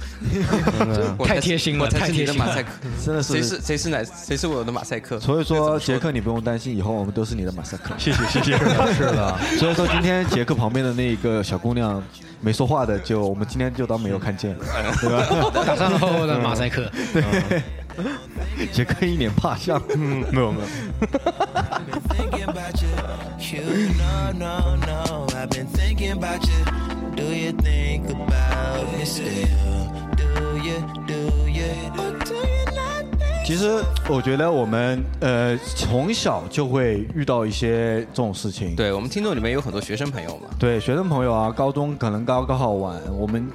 S6: (laughs) 我才是”
S4: 嗯太贴心了
S6: 我才是
S4: 太贴
S6: 你的
S4: 心了
S6: 马赛
S4: (laughs)
S6: 克。
S1: 真的
S6: 谁
S1: 是
S6: 是谁是哪谁是我的马赛克？
S1: 所以说，杰克，你不用担心，以后我们都是你的马赛克。 (laughs)
S9: 谢谢谢谢。
S1: 是的，所以说今天杰克旁边的那个小姑娘没说话的，就我们今天就当没有看见，对吧？
S4: 打上了厚厚的马赛
S2: (laughs)
S4: 克。
S2: 嗯
S1: 杰克一脸怕相， (laughs) 嗯，没有没有。
S10: thinking about you. You know, no, no. I've been thinking about you. Do you think about me still? Do you, do you, or do you not think?
S1: 其实我觉得我们呃从小就会遇到一些这种事情，
S6: 对我们听众里面有很多学生朋友嘛，
S1: 对学生朋友啊，高中可能高高好玩，我们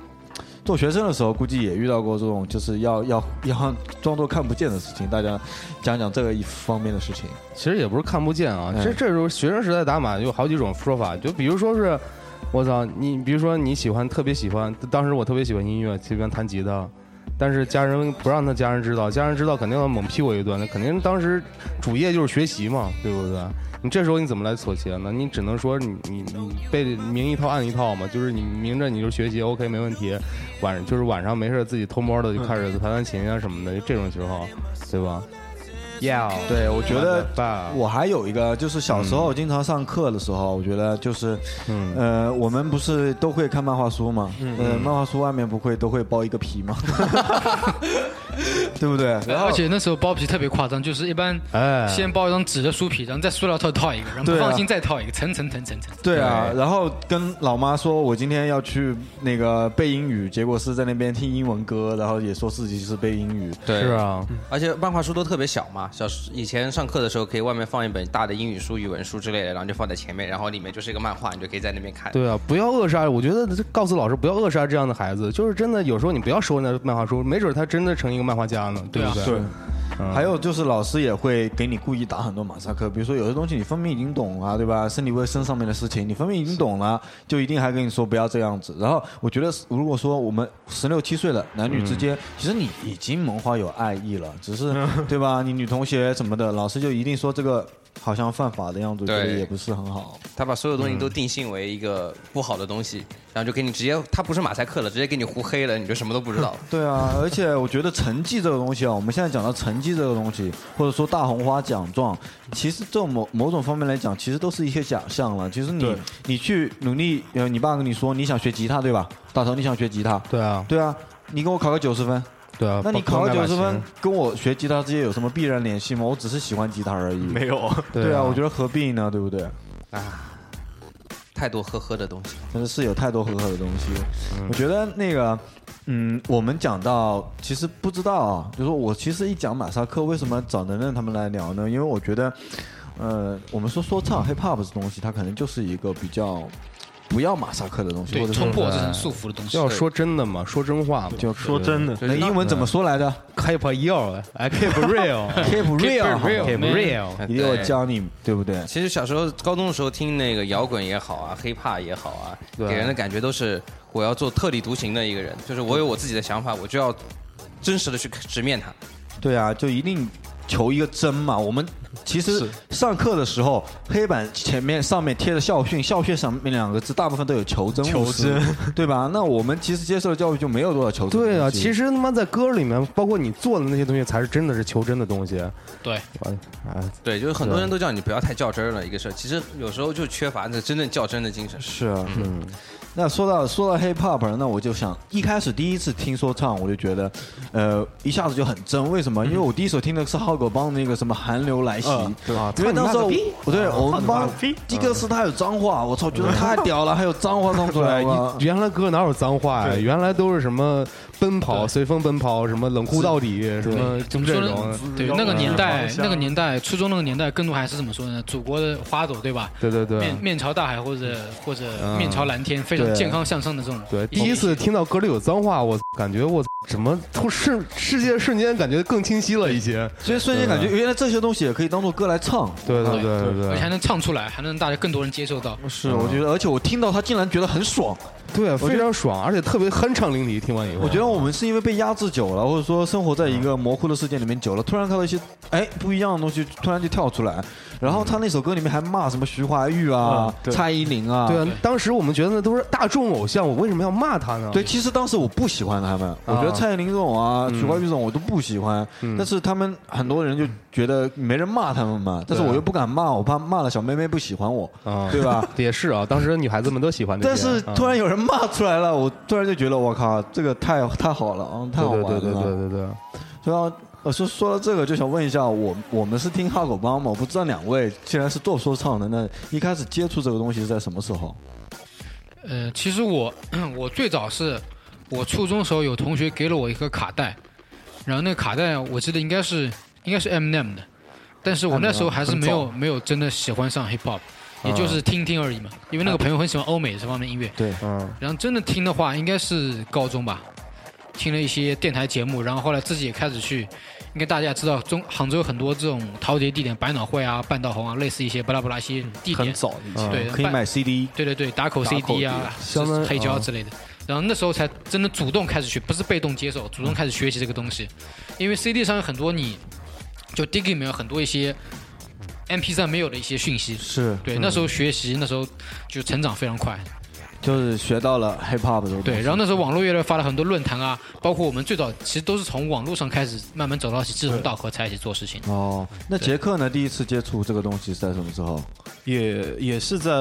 S1: 做学生的时候估计也遇到过这种，就是要要要装作看不见的事情。大家讲讲这个一方面的事情，
S2: 其实也不是看不见啊，
S1: 嗯
S2: 这这时候学生时代打码有好几种说法，就比如说是，我操你，比如说你喜欢特别喜欢，当时我特别喜欢音乐，喜欢弹吉他，但是家人不让他家人知道，家人知道肯定要猛批我一顿，那肯定当时主业就是学习嘛，对不对？你这时候你怎么来妥协呢？你只能说你你你被明一套暗一套嘛，就是你明着你就学习，OK 没问题，晚就是晚上没事自己偷摸的就开始弹弹琴啊什么的，就这种时候，对吧？要
S1: 对我觉得
S2: 吧，
S1: 我还有一个，就是小时候经常上课的时候，我觉得就是，
S2: 嗯
S1: 呃，我们不是都会看漫画书嘛，呃，漫画书外面不会都会包一个皮吗？对不对？
S4: 而且那时候包皮特别夸张，就是一般
S2: 哎，
S4: 先包一张纸的书皮，然后在塑料套套一个，然后
S1: 对
S4: 不
S1: 啊
S4: 放心再套一个，层层层层层。
S1: 对啊，然后跟老妈说，我今天要去那个背英语，结果是在那边听英文歌，然后也说自己是背英语。
S6: 对
S2: 是啊，
S6: 而且漫画书都特别小嘛，小时以前上课的时候可以外面放一本大的英语书、语文书之类的，然后就放在前面，然后里面就是一个漫画，你就可以在那边看。
S2: 对啊，不要扼杀。我觉得这告诉老师不要扼杀这样的孩子，就是真的有时候你不要收那漫画书，没准他真的成一个漫画家呢，对不啊对？
S1: 对，还有就是老师也会给你故意打很多马赛克，比如说有些东西你分明已经懂了，对吧？身体卫生上面的事情你分明已经懂了，就一定还跟你说不要这样子。然后我觉得，如果说我们十六七岁了，男女之间，其实你已经萌化有爱意了，只是对吧？你女同学什么的，老师就一定说这个好像犯法的样子，我觉得
S6: 对
S1: 也不是很好。
S6: 他把所有东
S4: 嗯
S6: 西都定性为一个不好的东西，然后就给你直接，他不是马赛克了，直接给你糊黑了，你就什么都不知
S4: (laughs)
S6: 道。
S1: 对啊，而且我觉得成绩这个东西啊，我们现在讲到成绩这个东西，或者说大红花奖状，其实这种某某种方面来讲，其实都是一些假象了。其实你你去努力，呃，你爸跟你说你想学吉他对吧？大头你想学吉他，
S2: 对啊，
S1: 对啊，你给我考个九十分，
S2: 对啊。
S1: 那你考
S2: 包括
S1: 个九
S2: 麦
S1: 十
S2: 马
S1: 分
S2: 琴，
S1: 跟我学吉他之间有什么必然联系吗？我只是喜欢吉他而已。
S9: 没有，
S1: 对
S2: 啊，
S1: 啊，我觉得何必呢？对不对？
S6: 太多呵呵的东西。
S1: 真的是有太多很好的东西。我觉得那个，嗯，我们讲到其实不知道啊，就是说我其实一讲马赛克，为什么找能能他们来聊呢？因为我觉得，呃，我们说说唱 hip hop 这东西，它可能就是一个比较不要马赛克的东西，
S4: 对
S1: 或，者
S4: 冲
S1: 说
S4: 破这层束缚的东西。
S2: 哎要说真的嘛，说真话嘛，
S1: 就
S9: 说真的，
S1: 那英文怎么说来着
S2: keep real，哎，keep
S1: (laughs)
S2: real，keep
S1: ？Keep real，好
S4: real，man
S2: real，
S1: 一定要教你，对不对？
S6: 其实小时候、高中的时候听那个摇滚也好啊，黑怕也好啊，
S2: 对
S6: 给人的感觉都是我要做特立独行的一个人，就是我有我自己的想法，我就要真实的去直面它。
S1: 对啊，就一定求一个真嘛。我们其实上课的时候，黑板前面上面贴的校训，校训上面两个字大部分都有求真，求真，对吧？那我们其实接受的教育就没有多少求真的东西。
S2: 对啊，其实他妈在歌里面，包括你做的那些东西，才是真的是求真的东西。
S4: 对，
S2: 哎，哎
S6: 对，就是很多
S1: 啊
S6: 人都叫你不要太较真儿了，一个事儿。其实有时候就缺乏那真正较真的精神。
S1: 是啊，嗯。那说到说到 hip hop，那我就想一开始第一次听说唱，我就觉得，呃，一下子就很真。为什么？因为我第一首听的是 How 浩狗帮那个什么寒流来袭
S10: 嗯对
S1: 啊，因为当时
S10: 操
S1: 我
S10: 你妈个逼
S1: 我对
S10: 啊
S1: 我们
S10: 操
S1: 帮
S10: 你妈个逼
S1: 第一个是他有脏话，我操，觉得太屌了，还有脏话弄出来
S2: (laughs)
S10: 对，
S1: 哇
S10: 一原来歌哪有脏话呀？原来都是什么奔跑、随风奔跑，什么冷酷到底，什么就
S4: 说
S10: 这
S4: 呢
S10: 种。
S4: 对
S5: 嗯
S4: 那个年代
S5: 嗯，
S4: 那个年代，初中那个年代，更多还是怎么说呢？祖国的花朵，对吧？
S10: 对对对啊
S4: 面面朝大海，或者或者
S10: 嗯
S4: 面朝蓝天，非常
S1: 对
S4: 健康向上的这种。
S10: 对，第一次听到歌里有脏话，我感觉我怎么突世世界瞬间感觉更清晰了一些。
S1: 所以瞬间感觉原来这些东西也可以当做歌来唱。
S10: 对对对对
S4: 而且还
S10: 对，
S4: 能唱出来，还能大家更多人接受到。
S10: 啊
S1: 是，我觉得，而且我听到他竟然觉得很爽。
S10: 对非常爽，而且特别酣畅淋漓。听完以后，
S1: 我觉得我们是因为被压制久了，或者说生活在一个模糊的世界里面久了，突然看到一些哎不一样的东西，突然就跳出来。然后他那首歌里面还骂什么徐怀钰啊
S10: 嗯、对
S1: 蔡依林啊，
S10: 对啊，当时我们觉得那都是大众偶像，我为什么要骂他呢？
S1: 对，其实当时我不喜欢他
S10: 啊
S1: 们，我觉得蔡依林这种啊、
S10: 嗯
S1: 徐怀钰这种我都不喜欢。但是他们很多人就觉得没人骂他们嘛，但是我又不敢骂，我怕骂了小妹妹不喜欢我，
S10: 啊，
S1: 对吧？
S10: 也是啊，当时女孩子们都喜欢这
S1: 但
S10: 些。
S1: 是
S10: 啊
S1: 突然有人骂出来了，我突然就觉得我靠，这个太太好了，嗯，太好玩了。
S10: 对对对对对对对，
S1: 对啊，呃，说说到这个，就想问一下，我我们是听哈狗帮嘛？我不知道两位既然是做说唱的，那一开始接触这个东西是在什么时候？
S4: 呃，其实我我最早是我初中时候有同学给了我一个卡带，然后那个卡带我记得应该是应该是 Eminem 的，但是我那时候还是没有没有真的喜欢上 hip hop，也就是听听而已嘛，因为那个朋友很喜欢欧美这方面音乐，
S1: 嗯对，
S10: 嗯，
S4: 然后真的听的话应该是高中吧，听了一些电台节目，然后后来自己也开始去，应该大家也知道中杭州有很多这种陶碟地点，百脑汇啊、半岛红啊，类似一些巴拉巴拉一些地点，
S1: 早以前
S4: 对
S1: 可以
S4: 半
S1: 买 CD，
S4: 对对对，打口 CD 啊，
S10: 相当于
S4: 黑胶
S10: 啊
S4: 之类的。然后那时候才真的主动开始学，不是被动接受，主动开始学习这个东西。因为 CD 上有很多你，就 Diggy 里面有很多一些 MP 3没有的一些讯息。
S1: 是
S4: 对，那时候学习，那时候就成长非常快。
S1: 就是学到了 hip hop 这个东西。
S4: 对，然后那时候网络乐队发了很多论坛啊，包括我们最早其实都是从网络上开始慢慢走到一起志同道合才一起做事情。
S1: 哦，那杰克呢？第一次接触这个东西是在什么时候？
S5: 也也是在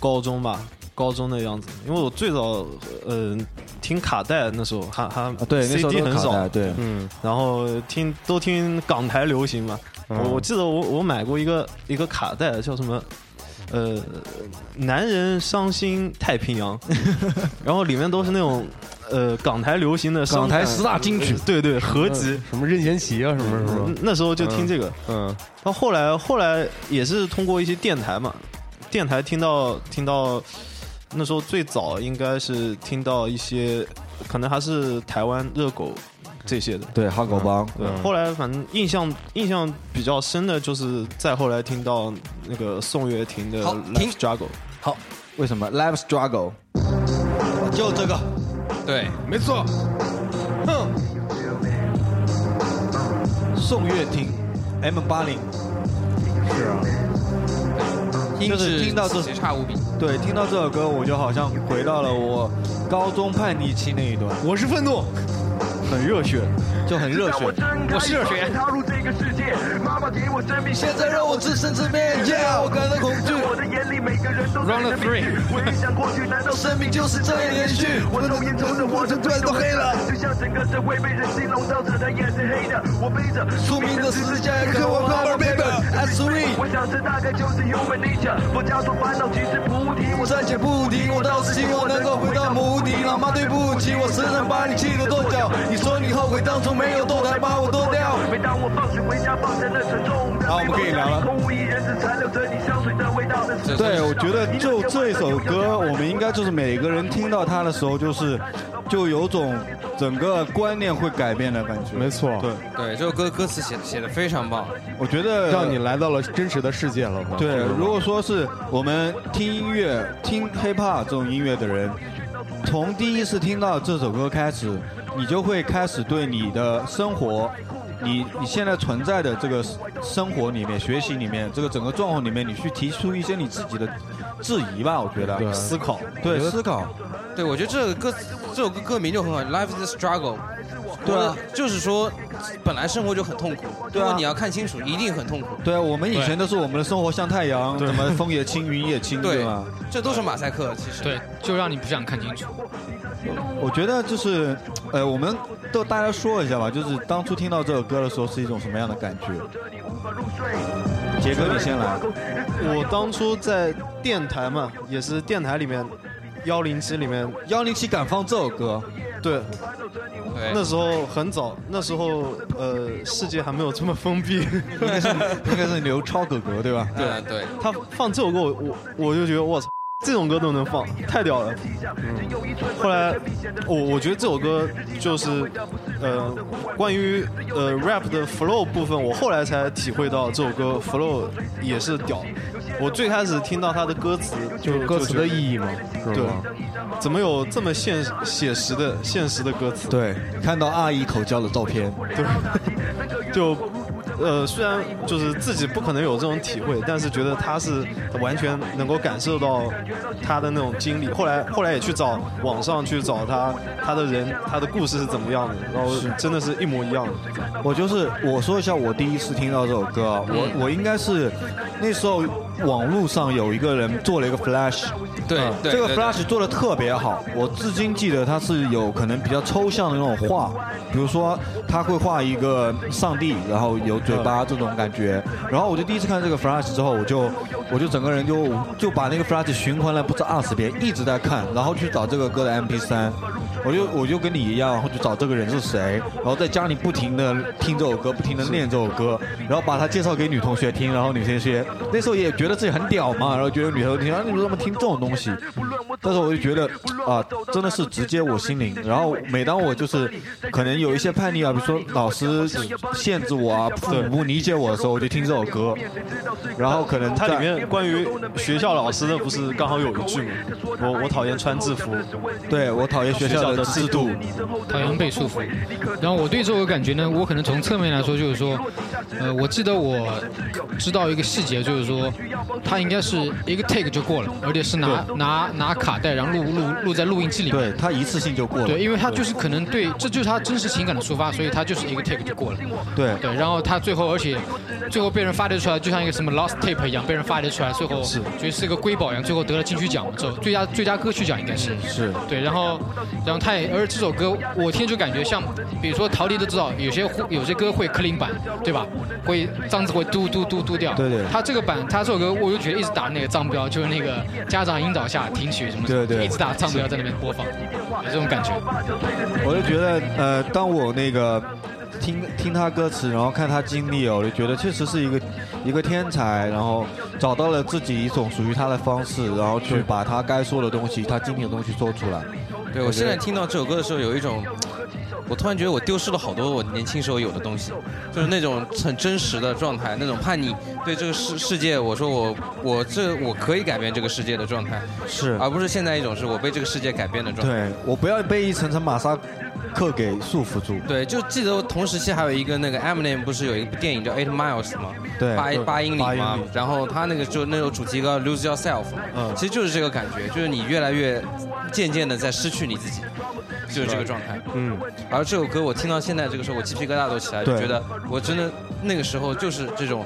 S5: 高中吧，高中的样子。因为我最早呃听卡带那时候还还
S1: 啊，对，那时候
S5: CD
S1: 都
S5: 很
S1: 是卡
S5: 少
S1: 带，，对，
S10: 嗯，
S5: 然后听都听港台流行嘛。
S1: 嗯
S5: 我、我记得我我买过一个一个卡带，叫什么？呃，男人伤心太平
S1: (laughs)
S5: 洋，然后里面都是那种呃港台流行的
S1: 港台
S5: 伤感呃
S1: 十大金曲，嗯
S5: 对对合集。
S10: 什么任贤齐啊，什么什么，
S5: 嗯那时候就听这个，
S10: 嗯
S5: 到后来后来也是通过一些电台嘛，电台听到听到那时候最早应该是听到一些，可能还是台湾热狗这些的。
S1: 对，哈狗帮，
S10: 嗯
S5: 对，后来反正印象印象比较深的就是再后来听到那个宋岳庭的
S6: 好
S5: 《
S6: 停
S5: Life Struggle》，
S1: 为什么 Life Struggle？就这个，
S6: 对，
S1: 嗯
S10: 没错，
S1: 宋岳庭，M 八零，
S6: 音
S1: 就是
S6: 质
S1: 听到这
S6: 极差无比。
S1: 对，听到这首歌，我就好像回到了我高中叛逆期那一段，
S10: 我是愤怒，
S1: 很热血，就很热血。
S4: 我是热血，
S11: 踏入这个世界，妈妈给我生命，
S1: 现在让我自生自灭，我感到恐惧，
S11: 我的眼里每个人都在
S4: Round
S11: 生命
S4: three
S11: 回想过去，难道
S1: 生命就是这样延续。
S11: 我的眼中的我，突然都黑了，就像整个社会被人性笼罩着，他也是黑的。我背着
S1: 宿命的十字架要跟我 power paper as three，
S11: 我想这大概就是 human nature。我假装烦恼其实菩提，我
S1: 暂且不提，我倒是希望能够回到母体。老妈对不起，我时常把你气得跺脚。你说你后悔当初没有堕胎把我剁掉。
S11: 每当我放学回家，放下那沉重的
S1: 好我们可以聊了
S11: 空无一人，只残留着你香水的味道。那是
S1: 对，我觉得就这首歌，我们应该就是每个人听到它的时候，就是就有种整个观念会改变的感觉。
S10: 没错，
S1: 对，
S6: 对，这首歌歌词写写的非常棒。
S1: 我觉 (laughs) 得
S10: 让你来到了真实的世界了嘛。
S1: 对，如果说是我们听音乐、听 hiphop 这种音乐的人，从第一次听到这首歌开始，你就会开始对你的生活，你你现在存在的这个生活里面、学习里面、这个整个状况里面，你去提出一些你自己的质疑吧，我觉得。
S10: 对
S1: 思考，对，思考，
S6: 对，我觉得这个歌词这首歌歌名就很好，Life is a struggle。
S1: 对啊，
S6: 就是说，本来生活就很痛苦，如
S1: 对啊
S6: 果你要看清楚，一定很痛苦。
S1: 对啊，我们以前都是我们的生活像太阳，怎么风也轻，云也轻，对
S6: 对
S1: 吧？，
S6: 这都是马赛克，其实。
S4: 对，就让你不想看清楚。
S1: 我觉得就是，呃，我们都大家说一下吧，就是当初听到这首歌的时候是一种什么样的感觉？杰哥，你先来。
S5: 我当初在电台嘛，也是电台里面幺零七里面，
S1: 幺零七敢放这首歌，
S5: 对，
S6: 对
S5: 那时候很早，那时候呃世界还没有这么封闭， (laughs)
S1: 应该是刘超哥哥对吧？
S6: 对
S1: 啊
S6: 对，
S5: 他放这首歌，我我我就觉得我操，这种歌都能放，太屌了。后来我我觉得这首歌就是，呃，关于呃 rap 的 flow 部分，我后来才体会到这首歌 flow 也是屌。我最开始听到它的歌词，就
S10: 就是歌词的
S5: 义，
S10: 意义嘛，是
S5: 对
S10: 吧？，
S5: 怎么有这么现写实的现实的歌词？
S1: 对，看到阿姨口交的照片，
S5: 就呃，虽然就是自己不可能有这种体会，但是觉得他是完全能够感受到他的那种经历。后来后来也去找网上去找他他的人他的故事是怎么样的，然后真的是一模一样的。
S1: 我就是我说一下我第一次听到这首歌啊，我我应该是那时候网络上有一个人做了一个 flash，
S6: 对
S1: 嗯
S6: 对
S1: 这个
S6: 对
S1: flash 做的特别好，我至今记得它是有可能比较抽象的那种画，比如说他会画一个上帝，然后有嘴巴这种感觉，然后我就第一次看这个 flash 之后，我就我就整个人就就把那个 flash 循环了不知二十遍，一直在看，然后去找这个歌的 MP 三。我就我就跟你一样，然后就找这个人是谁，然后在家里不停的听这首歌，不停的练这首歌，然后把它介绍给女同学听，然后女同学那时候也觉得自己很屌嘛，然后觉得女同学听，啊你们怎么听这种东西？但是我就觉得啊、真的是直接我心灵。然后每当我就是可能有一些叛逆啊，比如说老师限制我啊，父母不理解我的时候，我就听这首歌，然后可能
S5: 它里
S1: 在
S5: 面关于学校老师的不是刚好有一句吗？我我讨厌穿制服，
S1: 对我讨厌学校的制度，
S4: 好像被束缚。然后我对这个感觉呢，我可能从侧面来说，就是说，呃，我记得我知道一个细节，就是说，他应该是一个 take 就过了，而且是拿拿拿卡带，然后录录录在录音机里面。
S1: 对他一次性就过了，
S4: 对，因为他就是可能对，这就是他真实情感的抒发，所以他就是一个 take 就过了。
S1: 对
S4: 对，然后他最后，而且最后被人发掘出来，就像一个什么 lost tape 一样，被人发掘出来，最后是觉得是个瑰宝一样，最后得了金曲奖嘛，这最佳最佳歌曲奖应该是
S1: 是
S4: 对，然后然后他也，而且这首歌我听就感觉像，比如说陶笛都知道，有些会有些歌会克林版，对吧？会脏字会嘟嘟嘟嘟掉。
S1: 对对
S4: 他这个版，他这首歌我就觉得一直打那个藏标，就是那个家长引导下听曲什么的，
S1: 对对
S4: 一直打藏标在那边播放，有这种感觉。
S1: 我就觉得，呃，当我那个听听他歌词，然后看他经历哦，我就觉得确实是一个一个天才，然后找到了自己一种属于他的方式，然后去把他该说的东西，他经历的东西说出来。
S6: 对我现在听到这首歌的时候，有一种，我突然觉得我丢失了好多我年轻时候有的东西，就是那种很真实的状态，那种叛逆对这个世世界，我说我我这我可以改变这个世界的状态，
S1: 是
S6: 而不是现在一种是我被这个世界改变的状态。
S1: 对我不要被一层层马赛克给束缚住。
S6: 对，就记得同时期还有一个那个 Eminem 不是有一部电影叫《Eight Miles》吗？
S1: 对
S6: 八
S1: 对
S6: 八英里
S1: 八英
S6: 嘛
S1: 里。
S6: 然后他那个就那首主题歌《Lose Yourself》，
S1: 嗯
S6: 其实就是这个感觉，就是你越来越渐渐的在失去你自己，就是这个状态。
S10: 嗯，
S6: 而这首歌我听到现在这个时候，我鸡皮疙瘩都起来，就
S1: 对
S6: 觉得我真的那个时候就是这种，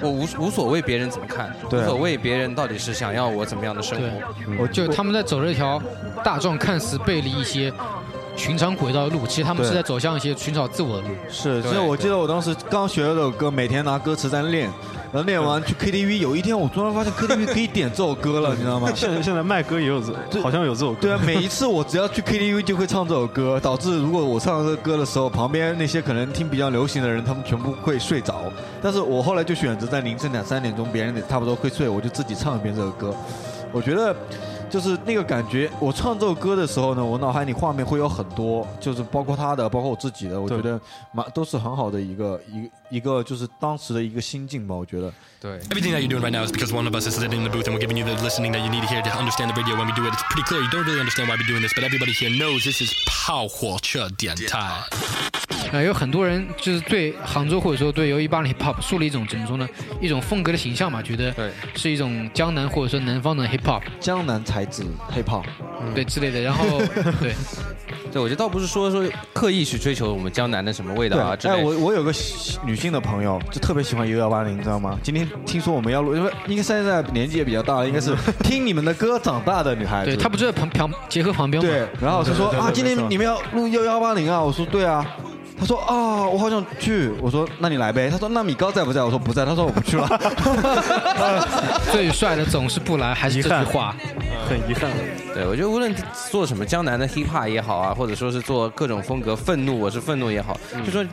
S6: 我无无所谓别人怎么看，
S1: 对
S6: 无所谓别人到底是想要我怎么样的生活。
S1: 我
S4: 就他们在走这条大众看似背离一些寻常轨道的路，其实他们
S1: 对
S4: 是在走向一些寻找自我的路。
S1: 是，
S6: 对
S1: 所以我记得我当时刚学了这首歌，每天拿歌词在练，然后练完去 KTV。有一天我突然发现 KTV 可以点这首歌了，你知
S6: (laughs)
S1: 道吗？
S5: 现在现在麦哥也有这，好像有这首歌。
S1: 对啊，每一次我只要去 KTV 就会唱这首歌，导致如果我唱这个歌的时候，旁边那些可能听比较流行的人，他们全部会睡着。但是我后来就选择在凌晨两三点钟，别人也差不多会睡，我就自己唱一遍这首歌。我觉得就是那个感觉，我唱这首歌的时候呢，我脑海里画面会有很多，就是包括他的，包括我自己的，我觉得蛮都是很好的一个一个一个就是当时的一个心境吧，我觉得。
S6: 对，
S12: Everything that you're doing right now is because one of us is sitting in the booth and we're giving you the listening that you need here to understand the radio when we do it. It's pretty clear. You don't really understand why we're doing this, but everybody here knows this is 炮火车电台。
S4: 呃，有很多人就是对杭州或者说对由一八零 hip hop 树立一种怎么说呢，一种风格的形象嘛，觉得
S6: 对
S4: 是一种江南或者说南方的 hip hop，
S1: 江南才子 hiphop，
S4: 对之类的。然后对，
S6: 对，我觉得倒不是说说刻意去追求我们江南的什么味道啊之
S1: 对，哎，
S6: 类
S1: 我
S6: 的。
S1: 我有个喜女性的朋友，就特别喜欢幺幺八零，你知道吗？今天听说我们要录，因为应该现在年纪也比较大了，应该是听你们的歌长大的女孩子。
S4: 对他不就在旁旁杰克旁边吗？
S1: 对，然后就说啊，今天你们要录幺幺八零啊，我说对啊。他说啊，我好想去。我说那你来呗。他说那米高在不在？我说不在。他说我不去了。
S4: (laughs) 最帅的总是不来，还是这句话。
S5: 很遗憾。
S6: 对，我觉得无论做什么江南的 hip hop 也好啊，或者说是做各种风格，愤怒我是愤怒也好，
S5: 嗯
S6: 就说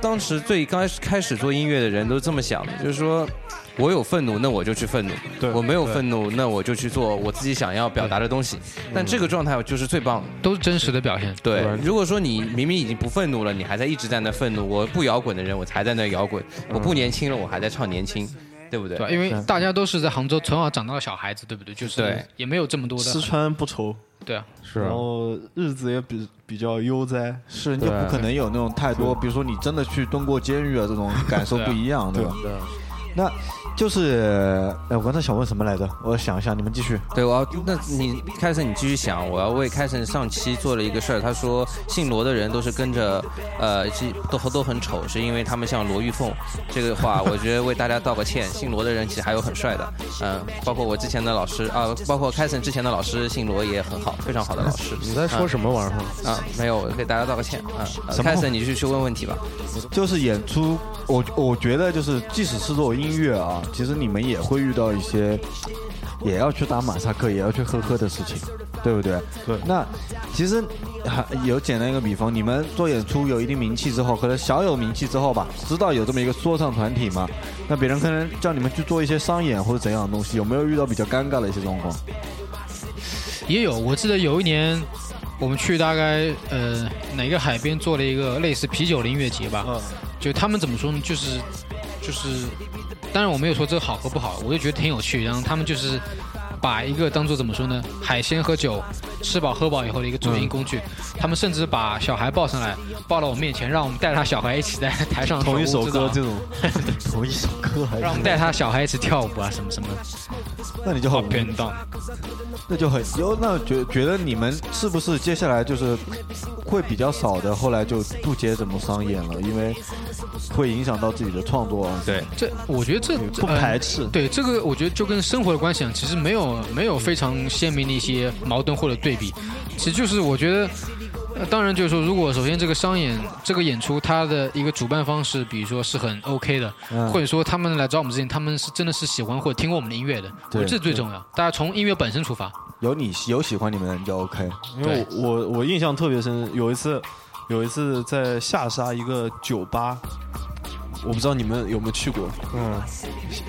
S6: 当时最刚开始开始做音乐的人都这么想的，就是说我有愤怒，那我就去愤怒；
S5: 对嗯
S6: 我没有愤怒，那我就去做我自己想要表达的东西。但这个状态就是最棒的。
S4: (laughs) 都是真实的表现。
S6: 对，如果说你明明已经不愤怒了，你还在一直在那愤怒，我不摇滚的人，我还在那摇滚；我
S5: 嗯
S6: 不年轻了，我还在唱年轻，对不对？
S4: 对，因为大家都是在杭州从小长大的小孩子，对不对？就是
S6: 对
S4: 也没有这么多
S5: 吃
S4: 的，
S5: 穿不愁，
S4: 对啊，
S10: 是
S5: 然后日子也比比较悠哉。
S1: 是，你就不
S10: 对
S1: 可能有那种太多，比如说你真的去蹲过监狱啊，这种感受不一样，对吧？对。那就是，哎，我刚才想问什么来着？我想一下，你们继续。
S6: 对，我要那你开始你继续想，我要为开始上期做了一个事儿，他说姓罗的人都是跟着，呃，是都都很丑，是因为他们像罗玉凤。这个话我觉得为大家道个歉，姓罗的人其实还有很帅的，嗯、包括我之前的老师啊、包括开始之前的老师姓罗也很好，非常好的老师。嗯
S10: 你在说什么玩意儿？
S6: 啊，没有，我给大家道个歉啊。
S1: 什么
S6: 开始你就去问问题吧。
S1: 就是演出，我我觉得就是，即使是做音乐啊，其实你们也会遇到一些，也要去打马赛克，也要去呵呵的事情，对不对？对。那其实还有简单一个比方，你们做演出有一定名气之后，可能小有名气之后吧，知道有这么一个说唱团体嘛，那别人可能叫你们去做一些商演或者怎样的东西，有没有遇到比较尴尬的一些状况？
S4: 也有。我记得有一年，我们去大概呃哪个海边做了一个类似啤酒的音乐节吧，
S5: 嗯
S4: 就他们怎么说呢？就是就是，当然我没有说这个好和不好，我就觉得挺有趣。然后他们就是把一个当做怎么说呢？海鲜和酒，吃饱喝饱以后的一个助兴工具。
S5: 嗯
S4: 他们甚至把小孩抱上来，抱到我们面前，让我们带着他小孩一起在台上
S5: 同一
S4: 手
S5: 首
S4: 舞足
S5: 歌
S4: 蹈
S5: 这种， (laughs)
S1: 同一首歌还
S4: 让我们带他小孩一起跳舞啊，什么什么的。
S1: 那你就好
S4: 变动。
S1: 那就很有那觉觉得你们是不是接下来就是会比较少的，后来就不接怎么商演了，因为会影响到自己的创作啊。
S6: 对，
S4: 这我觉得这
S5: 不排斥
S4: 呃。对这个，我觉得就跟生活的关系啊，其实没有没有非常鲜明的一些矛盾或者对比，其实就是我觉得。呃当然，就是说，如果首先这个商演、这个演出，它的一个主办方是，比如说是很 OK 的，
S1: 嗯
S4: 或者说他们来找我们之前，他们是真的是喜欢或者听过我们的音乐的，我觉
S1: 对
S4: 得这最重要。大家从音乐本身出发，
S1: 有你有喜欢你们的人就 OK。啊
S5: 因为我我我印象特别深，有一次有一次在下沙一个酒吧，我不知道你们有没有去过，
S10: 嗯，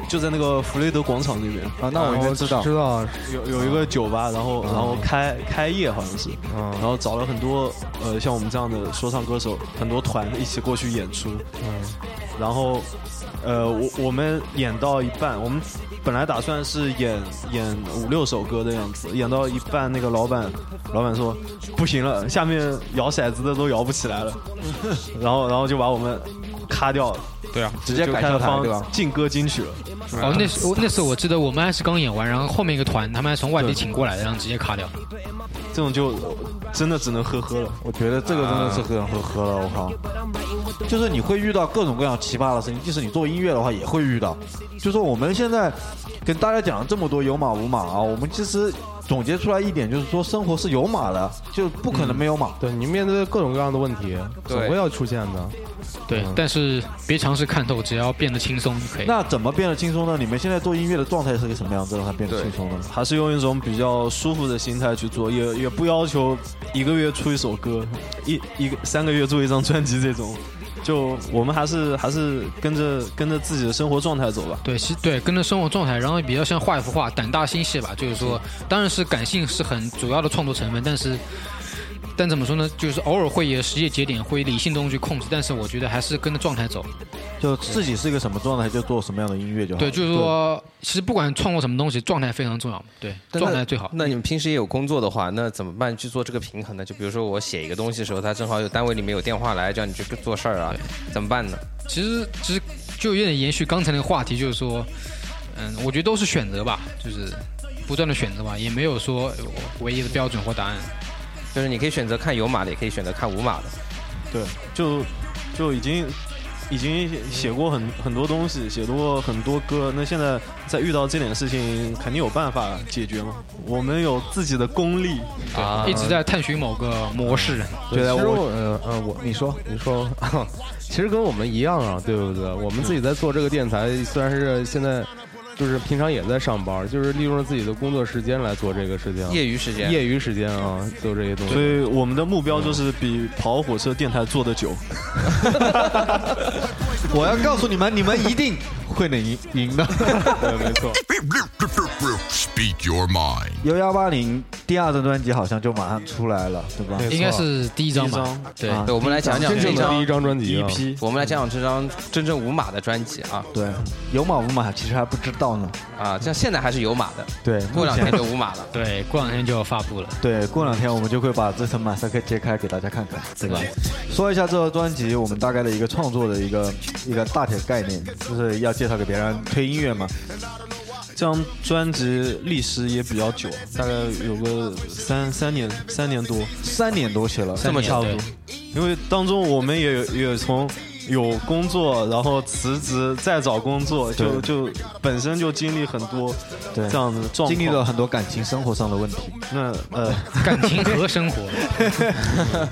S5: 就在那个弗雷德广场那边
S1: 啊，那我应该知道
S10: 知。道，
S5: 有有一个酒吧，然后然后开开业好像是，
S10: 嗯
S5: 然后找了很多呃像我们这样的说唱歌手，很多团一起过去演出，
S10: 嗯
S5: 然后呃我我们演到一半，我们本来打算是演演五六首歌的样子，演到一半那个老板老板说不行了，下面摇骰子的都摇不起来了， (laughs) 然后然后就把我们咔掉了，
S6: 对啊，
S5: 直
S1: 接
S5: 就
S1: 改
S5: 开
S1: 跳
S5: 了
S1: 台
S5: 放
S1: 对吧
S5: 劲歌金曲了，
S1: 啊
S4: 哦，那时我那时候我记得我们还是刚演完，然后后面一个团他们还从外地请过来的，然后直接卡掉。
S5: 这种就真的只能呵呵了。
S1: 我觉得这个真的是很呵呵了，我靠！就是你会遇到各种各样奇葩的事情，即使你做音乐的话也会遇到。就说我们现在跟大家讲了这么多有码无码啊，我们其实总结出来一点就是说，生活是有码的，就不可能没有码。
S10: 对你面对各种各样的问题，
S6: 对
S10: 总会要出现的。
S4: 对，
S1: 嗯
S4: 但是别尝试看透，只要变得轻松就可以。
S1: 那怎么变得轻松呢？你们现在做音乐的状态是个什么样子，让它变得轻松呢？
S5: 还是用一种比较舒服的心态去做，也也不要求一个月出一首歌，一一个三个月做一张专辑这种。就我们还是还是跟着跟着自己的生活状态走吧。
S4: 对，其对跟着生活状态，然后比较像画一幅画，胆大心细吧。就是说，当然是感性是很主要的创作成分，但是，但怎么说呢？就是偶尔会有时间节点，会理性东西去控制，但是我觉得还是跟着状态走。
S1: 就自己是一个什么状态，就做什么样的音乐就好。
S4: 对，就是说，其实不管创作什么东西，状态非常重要。对，状态最好。
S6: 那你们平时也有工作的话，那怎么办去做这个平衡呢？就比如说我写一个东西的时候，他正好有单位里面有电话来叫你去做事儿啊，怎么办呢？
S4: 其实其实就有点延续刚才那个话题，就是说，嗯，我觉得都是选择吧，就是不断的选择吧，也没有说有唯一的标准或答案。
S6: 就是你可以选择看有码的，也可以选择看无码的。
S5: 对，就就已经已经写过很很多东西，写过很多歌。那现在再遇到这点事情，肯定有办法解决嘛。我们有自己的功力，
S6: 啊
S4: 一直在探寻某个模式。
S10: 对，
S1: 其
S10: 其
S1: 实
S10: 实我，呃，呃我你说，你说， (laughs) 其实跟我们一样啊，对不对？我们自己在做这个电台，虽然是现在就是平常也在上班，就是利用了自己的工作时间来做这个事情，
S6: 业余时间，
S10: 业余时间啊，做这些东
S5: 所
S10: 西。
S5: 以我们的目标就是比跑火车电台做的久。
S3: 我要告诉你们，你们一定会能赢赢的。
S12: Speak your mind.
S1: 幺幺八零第二张专辑好像就马上出来了，对吧？
S4: 应该是第一张吧？对，
S1: 啊
S6: 对，我们来讲讲
S10: 真
S6: 这
S10: 正的第
S6: 张
S10: 一，张专
S1: E
S10: 辑、啊，
S6: 我们来讲讲这张真正无码的专辑啊
S1: 对，有码无码其实还不知道呢。
S6: 啊！像现在还是有码的，
S1: 对，
S6: 过两天
S1: 目前
S6: 就无码了。
S4: 对，过两天就要发布了。
S1: 对，过两天我们就会把这层马赛克揭开给大家看看，对吧？说一下这张专辑我们大概的一个创作的一个一个大体的概念，就是要介绍给别人推音乐嘛。
S5: 这张专辑历时也比较久，大概有个三三年三年多，
S1: 三年多写了，
S4: 这么久，
S5: 因为当中我们也有也有从有工作，然后辞职，再找工作，就就本身就经历很多
S1: 对
S5: 这样的状况。
S1: 经历了很多感情生活上的问题。
S5: 那
S1: (laughs)
S5: 呃，
S4: 感情和生活，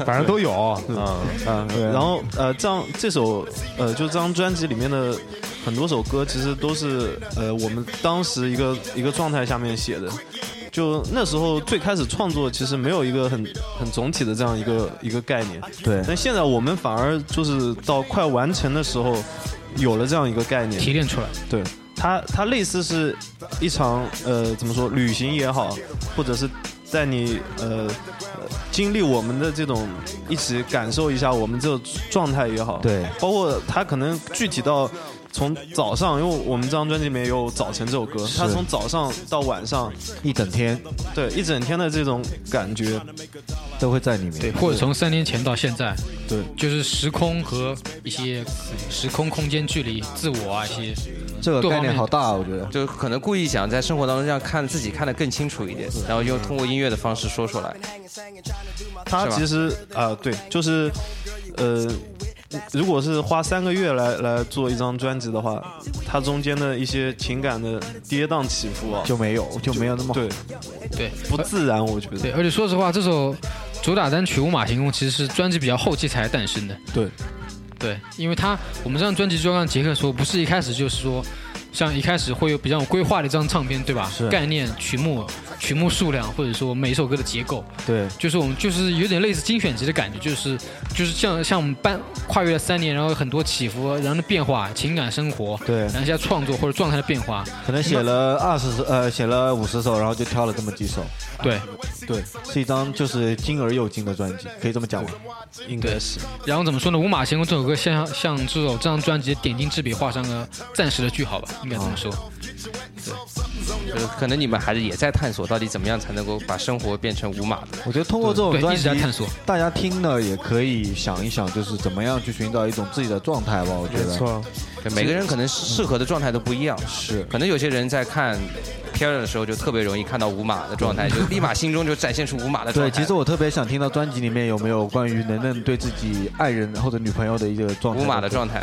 S10: 反正都有啊。
S5: 嗯，
S1: 对啊
S5: 然后呃，这样这首呃，就这张专辑里面的很多首歌，其实都是呃我们当时一个一个状态下面写的。就那时候最开始创作，其实没有一个很很总体的这样一个一个概念。
S1: 对，
S5: 但现在我们反而就是到快完成的时候，有了这样一个概念。
S4: 提炼出来。
S5: 对，它它类似是一场呃怎么说旅行也好，或者是在你呃呃经历我们的这种一起感受一下我们这种状态也好，，
S1: 对，
S5: 包括它可能具体到。从早上，因为我们这张专辑里面有《早晨》这首歌，
S1: 是
S5: 它从早上到晚上，
S1: 一整天
S5: 对一整天的这种感觉，
S1: 都会在里面。
S4: 对，或者从三年前到现在，
S5: 对，
S4: 就是时空和一些时空、空间、距离、自我啊一些。
S1: 这个
S4: 各
S1: 概
S4: 方
S1: 念
S4: 面
S1: 好大啊，我觉得。
S6: 就可能故意想在生活当中让看自己看得更清楚一点，然后用通过音乐的方式说出来。
S5: 它
S6: 是吧
S5: 其实啊、对，就是呃，如果是花三个月来来做一张专辑的话，它中间的一些情感的跌宕起伏啊，
S1: 就没有就没有那么
S5: 对
S4: 对，
S5: 不自然，我觉得
S4: 对，而且说实话，这首主打单曲《五马行空》其实是专辑比较后期才诞生的。
S5: 对，
S4: 对，因为它我们这张专辑就像杰克说，不是一开始就是说，像一开始会有比较有规划的一张唱片，对吧？
S1: 是
S4: 概念、曲目、曲目数量，或者说每一首歌的结构，
S1: 对
S4: 就是我们就是有点类似精选集的感觉，就是就是像像我们搬跨越了三年，然后有很多起伏，然后的变化、情感生活，
S1: 对
S4: 然，后一些创作或者状态的变化，
S1: 可能写了二十呃写了五十首，然后就挑了这么几首。
S4: 对。
S1: 对，是一张就是精而又精的专辑，可以这么讲吗？
S5: 应该是
S4: 然后怎么说呢？《五马行空》这首歌像像这首这张专辑的点睛之笔画上个暂时的句号吧，应该这么说。
S1: 哦
S6: 就是可能你们还是也在探索到底怎么样才能够把生活变成无码的。
S1: 我觉得通过这种
S4: 对，
S1: 专
S4: 一直在探
S1: 辑，
S4: 索。
S1: 大家听了也可以想一想，就是怎么样去寻找一种自己的状态吧。我觉得
S10: 错，
S6: 对每个人可能
S1: 嗯
S6: 适合的状态都不一样，
S1: 是
S6: 可能有些人在看片儿的时候就特别容易看到无码的状态，就立马心中就展现出无码的状
S1: 嗯对。
S6: 态。
S1: 其实我特别想听到专辑里面有没有关于能能对自己爱人或者女朋友的一个状态。
S6: 无码的状态，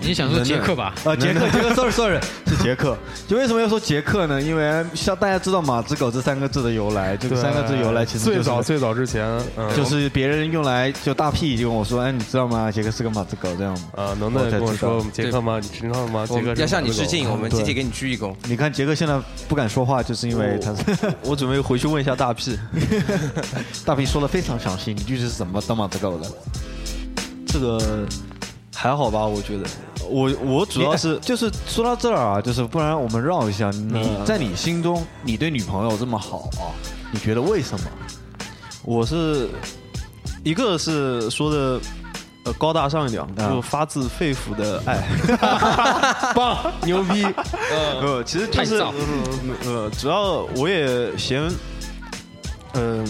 S4: 你想说杰克吧？
S1: 啊，杰克，杰克，sorry sorry，是杰克。就为什么要说杰克呢？因为像大家知道“马之狗”这三个字的由来，这个三个字由来其实就
S10: 最
S1: 是
S10: 早啊最早之前，嗯，
S1: 就是别人用来就大屁就跟我说，哎，你知道吗？杰克是个马之狗这样吗？
S2: 呃
S10: 啊，能耐
S1: 我才
S10: 跟我
S1: 知道
S10: 说杰克吗？你知道吗？
S6: 我
S10: 杰克
S6: 们
S10: 是
S6: 要向你
S10: 哪个
S6: 致
S10: 狗
S6: 敬，我们集体给你鞠一躬。
S1: 你看杰克现在不敢说话，就是因为他是
S10: 哦
S5: 我准备回去问一下大 P，
S1: (laughs) 大屁说的非常详细，你具体是怎么当马子狗的？
S5: 这个还好吧？我觉得，我我主要是
S1: 哎就是说到这儿啊，就是不然我们绕一下，
S10: 嗯
S1: 你在你心中，你对女朋友这么好啊，你觉得为什么？
S5: 我是一个是说的。呃，高大上一点，
S1: 啊
S5: 就发自肺腑的爱，
S1: (laughs)
S10: 棒，牛逼！
S5: 呃，其实就
S4: 太
S5: 是
S4: 燥
S5: 呃，主要我也嫌，嗯、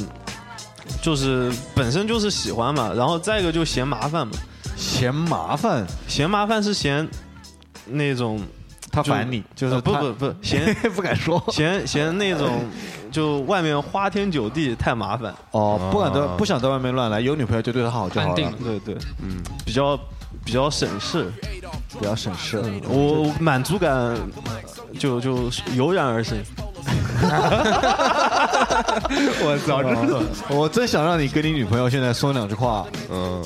S5: 就是本身就是喜欢嘛，然后再一个就嫌麻烦嘛，
S1: 嫌麻烦，
S5: 嫌麻烦是嫌那种
S1: 他烦你，就是
S5: 呃不
S1: 他
S5: 不
S1: (laughs)
S5: 不，嫌
S1: 不敢说
S5: 嫌嫌那种就外面花天酒地太麻烦，
S1: 哦，不敢在不想在外面乱来，有女朋友就对她好就好
S4: 安定
S1: 了，
S5: 对对，嗯，比较比较省事，
S1: 比较省事。
S5: 我我满足感呃就就油然而生。
S2: 我操，真的
S1: 我真想让你跟你女朋友现在说两句话，
S5: 嗯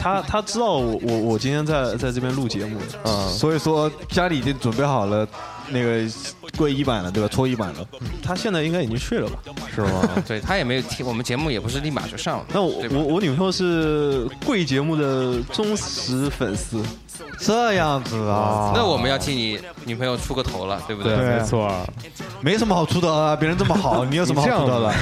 S5: 他他知道我我我今天在在这边录节目，啊
S1: 所以说家里已经准备好了那个跪衣板了，对吧？搓衣板了，
S5: 他现在应该已经睡了吧？
S2: 是
S1: 嗯
S2: 吗？
S6: 对他也没有听我们节目，也不是立马就上了。
S5: 那我
S6: 对吧
S5: 我我女朋友是贵节目的忠实粉丝，
S1: 这样子啊？
S6: 那我们要替你女朋友出个头了，对不对？
S1: 对
S2: 没错，
S1: 没什么好出的啊，别人这么好，你有什么好出的了？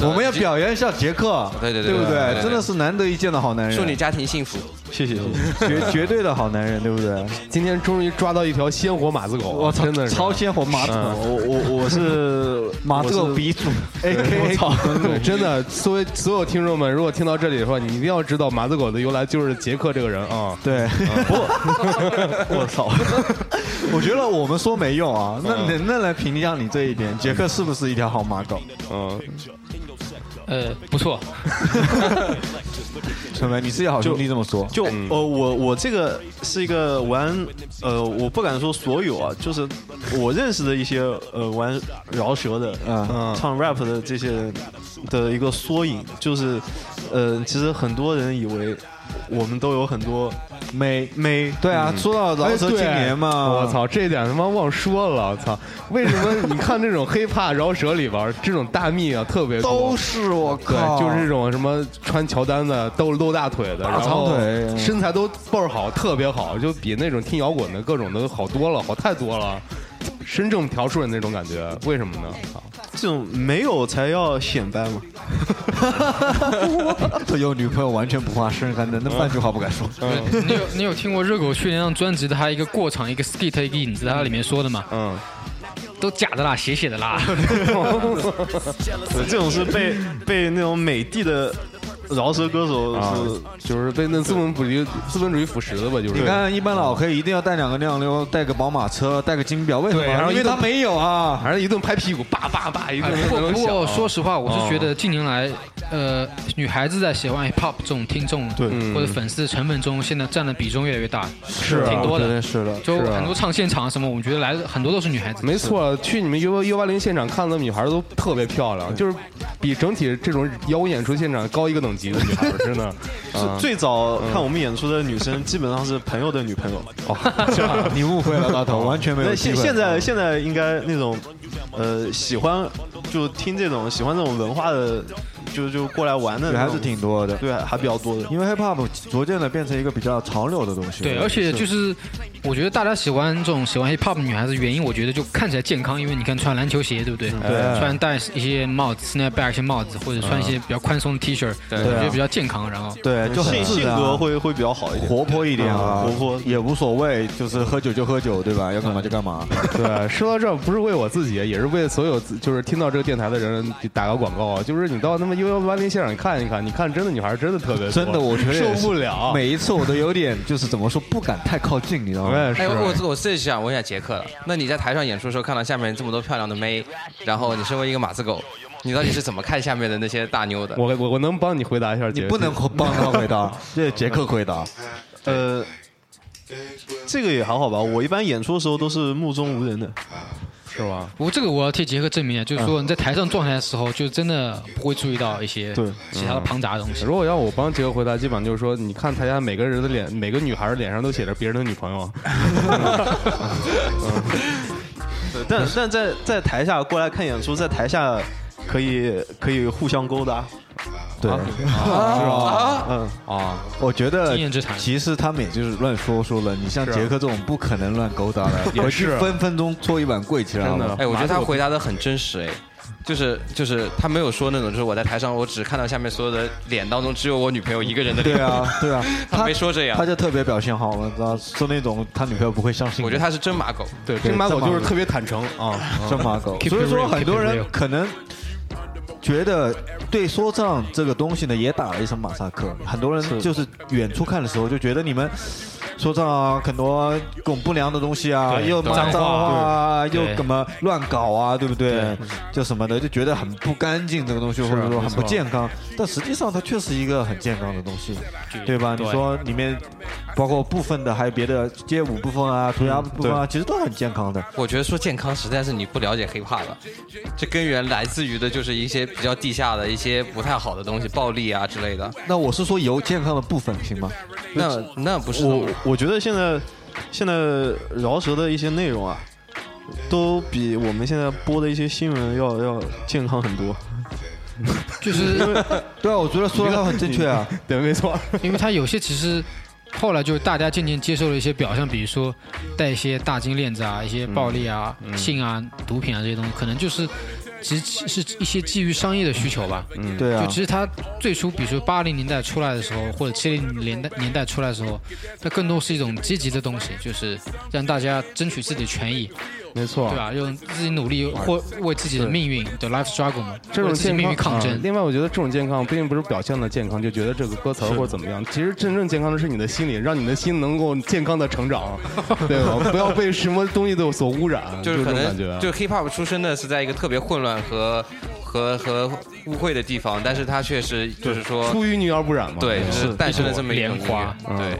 S1: 我们要表扬一下杰克，
S6: 对对对
S1: 对不
S6: 对对对
S1: 真的是难得一见的好男人，
S6: 祝你家庭幸福。
S5: 谢谢谢谢。
S1: 绝绝对的好男人，对不对？
S2: 今天终于抓到一条鲜活马子狗，
S1: 我操
S2: 真的，是
S1: 超鲜活马子狗，
S5: 我我我是
S1: 嗯马子
S5: 我
S1: 狗
S5: 是
S1: 鼻祖，A K A
S2: 对真的，作为所有听众们，如果听到这里的话，你一定要知道马子狗的由来就是杰克这个人啊。
S1: 对，不，我操！ (laughs) 我觉得我们说没用啊，那能能来评价你这一点，杰克是不是一条好马狗？
S2: 嗯，
S4: 呃，不错，
S1: 陈梅，你是好兄弟这么说，
S5: 就呃，我我这个是一个玩呃，我不敢说所有啊，就是我认识的一些呃玩饶舌的，
S1: 嗯
S5: 嗯，唱 rap 的这些人的一个缩影，就是呃，其实很多人以为我们都有很多
S1: 美
S5: 妹，嗯
S1: 对啊，说到饶舌
S2: 哎对
S1: 青年
S5: 啊
S1: 嘛，
S2: 我，操，这一点他妈忘说了，我操！为什么你看这种 (laughs) hiphop 饶舌里边儿，这种大蜜啊特别多？
S1: 都是我
S2: 对
S1: 靠，，
S2: 就是这种什么穿乔丹的、露露大腿的，
S1: 大
S2: 然后
S1: 长腿
S2: 身材都倍儿好，特别好，就比那种听摇滚的各种的好多了，好太多了。身正条顺那种感觉，为什么呢？
S5: 这种没有才要显摆嘛。
S1: 这有女朋友完全不怕生，还能那半句话不敢说。
S4: (laughs) 你有你有听过热狗去年那张专辑的，它一个过场，一个 skit，一个影子，它里面说的嘛？嗯，都假的啦，写写的
S1: (laughs)
S4: 啦。
S5: 对呃这种是被被那种美帝的饶舌歌手
S2: 啊
S5: 是，
S2: 就是被那资本主义资本主义腐蚀的吧，就是。
S1: 你看，一般老黑一定要带两个酿溜，带个宝马车，带个金表，为什么？
S2: 对然后
S1: 因为
S2: 一顿
S1: 他没有啊。
S2: 反正一顿拍屁股，叭叭叭一顿
S4: 哎
S2: 那
S4: 不过
S2: 种
S4: 不
S2: 响
S1: 哦
S4: 过，说实话，我是觉得近年来，呃，女孩子在喜欢 hip hop 这种听众或者粉丝的成分中，现在占的比重越来越大，是挺多
S1: 我觉
S4: 的
S1: 得。是啊的，
S4: 就很多唱现场啊什么，我们觉得来的很多都是女孩子。
S2: 没错，去你们 U 幺八零现场看的女孩都特别漂亮，就是比整体这种摇滚演出现场高一个等级的女孩，真的。
S5: 是最早看我们演出的女生，基本上是朋友的女朋友。
S1: 你误会了，大头，完全没有
S5: 那现
S1: 机会。啊
S5: 现在现在应该那种，呃，喜欢就听这种喜欢这种文化的，就就过来玩的
S1: 女
S5: 那
S1: 孩
S5: 种
S1: 子挺多的，
S5: 对，啊还比较多的。
S1: 因为 hip hop 逐渐的变成一个比较潮流的东西。
S4: 对，而且就是，我觉得大家喜欢这种喜欢 hip hop 的女孩子，原因我觉得就看起来健康，因为你看穿篮球鞋，对不对？对嗯穿戴一些帽子，snapback 一些帽子，或者穿一些比较宽松的 T 恤，我觉得比较健康。然后，
S1: 对，就很
S5: 性
S1: 自
S5: 性
S1: 然啊
S5: 格会会比较好一点。
S1: 活泼一点啊，
S5: 活泼
S1: 也无所谓，就是喝酒就喝酒，对吧？要干嘛就干嘛。
S2: 对，说到这儿，不是为我自己，也是为所有自就是听到这个电台的人打个广告啊！就是你到他们 U 幺八零现场看一看，你看真的女孩真的特别多，
S1: 真的，我觉得
S2: 受
S1: 也是
S2: 不了。
S1: 每一次我都有点就是怎么说，不敢太靠近，你知道吗？
S2: 是
S6: 哎，我我自己想问一下杰克了，那你在台上演出的时候看到下面这么多漂亮的妹，然后你身为一个马子狗，你到底是怎么看下面的那些大妞的？
S2: 我我我能帮你回答一下，
S1: 你
S2: 姐
S1: 不能帮他回答，这是杰克回答。
S5: 呃，这个也还好吧。我一般演出的时候都是目中无人的。
S2: 是吧？
S4: 我这个我要替杰克证明啊，就是说你在台上状态的时候，就真的不会注意到一些
S5: 对
S4: 其他的庞杂的东西。
S2: 如果要我帮杰哥回答，基本上就是说，你看台下每个人的脸，每个女孩脸上都写着别人的女朋友，
S5: 对
S1: (laughs)
S5: 但但在在台下过来看演出，在台下可以可以互相勾搭。
S1: 对，是吧？
S5: 嗯，
S1: 啊我觉得
S4: 经验之谈
S1: 其实他们也就是乱说说了。你像杰克这种不可能乱勾搭的，回去
S2: 是
S1: 分分钟搓一碗跪起来。
S2: 真的
S1: 好不好
S6: 哎，我觉得他回答的很真实，哎，就是就是他没有说那种，就是我在台上我只看到下面所有的脸当中只有我女朋友一个人的脸，
S1: 对啊，对啊，
S6: (laughs) 他没说这样
S1: 他，就特别表现好了，知道说那种他女朋友不会相信的。
S6: 我觉得他是真马狗。
S2: 对，这马狗就是特别坦诚啊。
S1: (laughs) 真马狗。
S4: Keep it
S1: 所以说，
S4: real,
S1: 很多
S4: keep it
S1: 人
S4: real
S1: 可能觉得对说唱这个东西呢，也打了一场马赛克。很多人就是远处看的时候就觉得你们说唱啊，很多这种不良的东西啊，
S10: 对
S1: 又
S10: 对
S1: 骂脏话啊，
S10: 对
S1: 又
S10: 对
S1: 什么乱搞啊，对不对？就什么的，就觉得很不干净这个东西，或者说很不健康。但实际上它确实一个很健康的东西，对吧？你说里面包括部分的，还有别的街舞部分啊、涂鸦部分啊，其实都很健康的。
S6: 我觉得说健康实在是你不了解 hiphop 了，这根源来自于的就是一些比较地下的一些不太好的东西，暴力啊之类的。
S1: 那我是说有健康的部分，行吗？
S6: 那那不是那
S5: 我
S6: 么
S5: 我觉得现在现在饶舌的一些内容啊，都比我们现在播的一些新闻要要健康很多。
S4: 就是
S1: 对啊，我觉得说的很正确啊。
S10: 对，没错，
S4: 因为他有些其实后来就大家渐渐接受了一些表象，比如说带一些大金链子啊、一些暴力啊、
S10: 嗯
S4: 性啊、毒品啊这些东西，可能就是其实是一些基于商业的需求吧。
S10: 嗯
S1: (laughs) 对啊
S4: 就，其实他最初，比如说八零年代出来的时候，或者七零年代年代出来的时候，它更多是一种积极的东西，就是让大家争取自己的权益，
S10: 没
S6: 啊
S10: 错
S4: 对。吧？用自己努力或为自己的命运的 life struggle 嘛，
S10: 这
S4: 为
S10: 种
S4: 自己
S10: 健康
S4: 命运 (laughs) 抗
S10: 啊
S4: 争。
S10: 另外，我觉得这种健康并不是表象的健康，就觉得这个歌词儿或者怎么样。其实真正健康的是你的心理，让你的心能够健康的成长，对吧？不要被什么东西都所污染，
S6: 就是
S10: 这
S6: 可
S10: 种
S6: 能
S10: 感觉。啊
S6: 就是 hip hop 出身的是在一个特别混乱和和和污秽的地方，但是他却是就是说
S10: 出淤泥而不染嘛。嗯
S6: 对，就是诞生了这么一种
S4: 莲花
S6: 音乐对。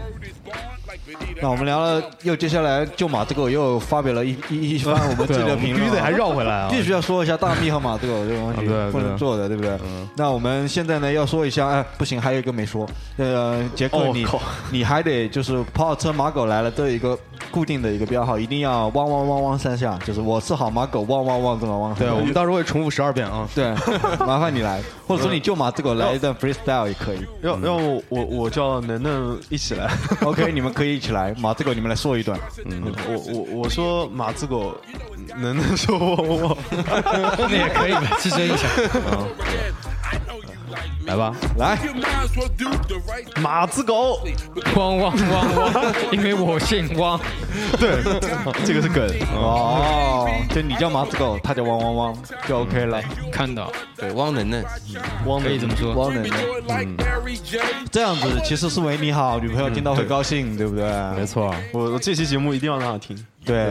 S1: 那我们聊了，又接下来就马子狗又发表了一一
S10: (laughs)
S1: 一番我们自
S10: 对，
S1: 己
S10: 我
S1: 的
S10: 们必
S1: 评
S10: 须
S1: 论
S10: 得
S1: 啊
S10: 还。绕回来啊。
S1: 必须要说一下大蜜和马子狗这个东西
S10: 啊对啊
S1: 不能做的，对不对？那我们现在呢要说一下，哎，不行，还有一个没说，呃，杰克
S5: 哦
S1: 你
S5: 靠
S1: (laughs) 你还得就是跑车马狗来了都有一个固定的一个标号，一定要汪汪汪汪三下，就是我是好马狗，汪汪汪这么汪。
S10: 对，我们到时候会重复十二遍啊。 (laughs)
S1: 对，麻烦你来，或者说你就马子狗来一段 freestyle 也可以。
S10: 嗯
S5: 要要我我我叫能能一起来。
S1: OK，你们 (laughs) 可以一起来，马子狗你们来说一段。
S10: 嗯
S5: (laughs) 我我我说马子狗，能能说我我
S4: 那也可以吧，汽车音
S1: (laughs)
S4: 响。
S10: 来吧，
S1: 来，
S5: 马子狗，
S4: 汪汪汪汪，因为我姓汪。
S10: (laughs)
S5: 对，这个是梗。
S10: 嗯
S5: 啊
S1: 哦，就你叫马子狗，他叫汪汪汪，就 OK 了。
S10: 嗯
S4: 看到，
S6: 对，汪能能，
S5: 汪
S4: 可以这么说。
S1: 汪能能。这样子其实是为你好，女朋友听到会高兴，对不对？
S10: 没错。啊
S5: 我我这期节目一定要让他听。
S1: 对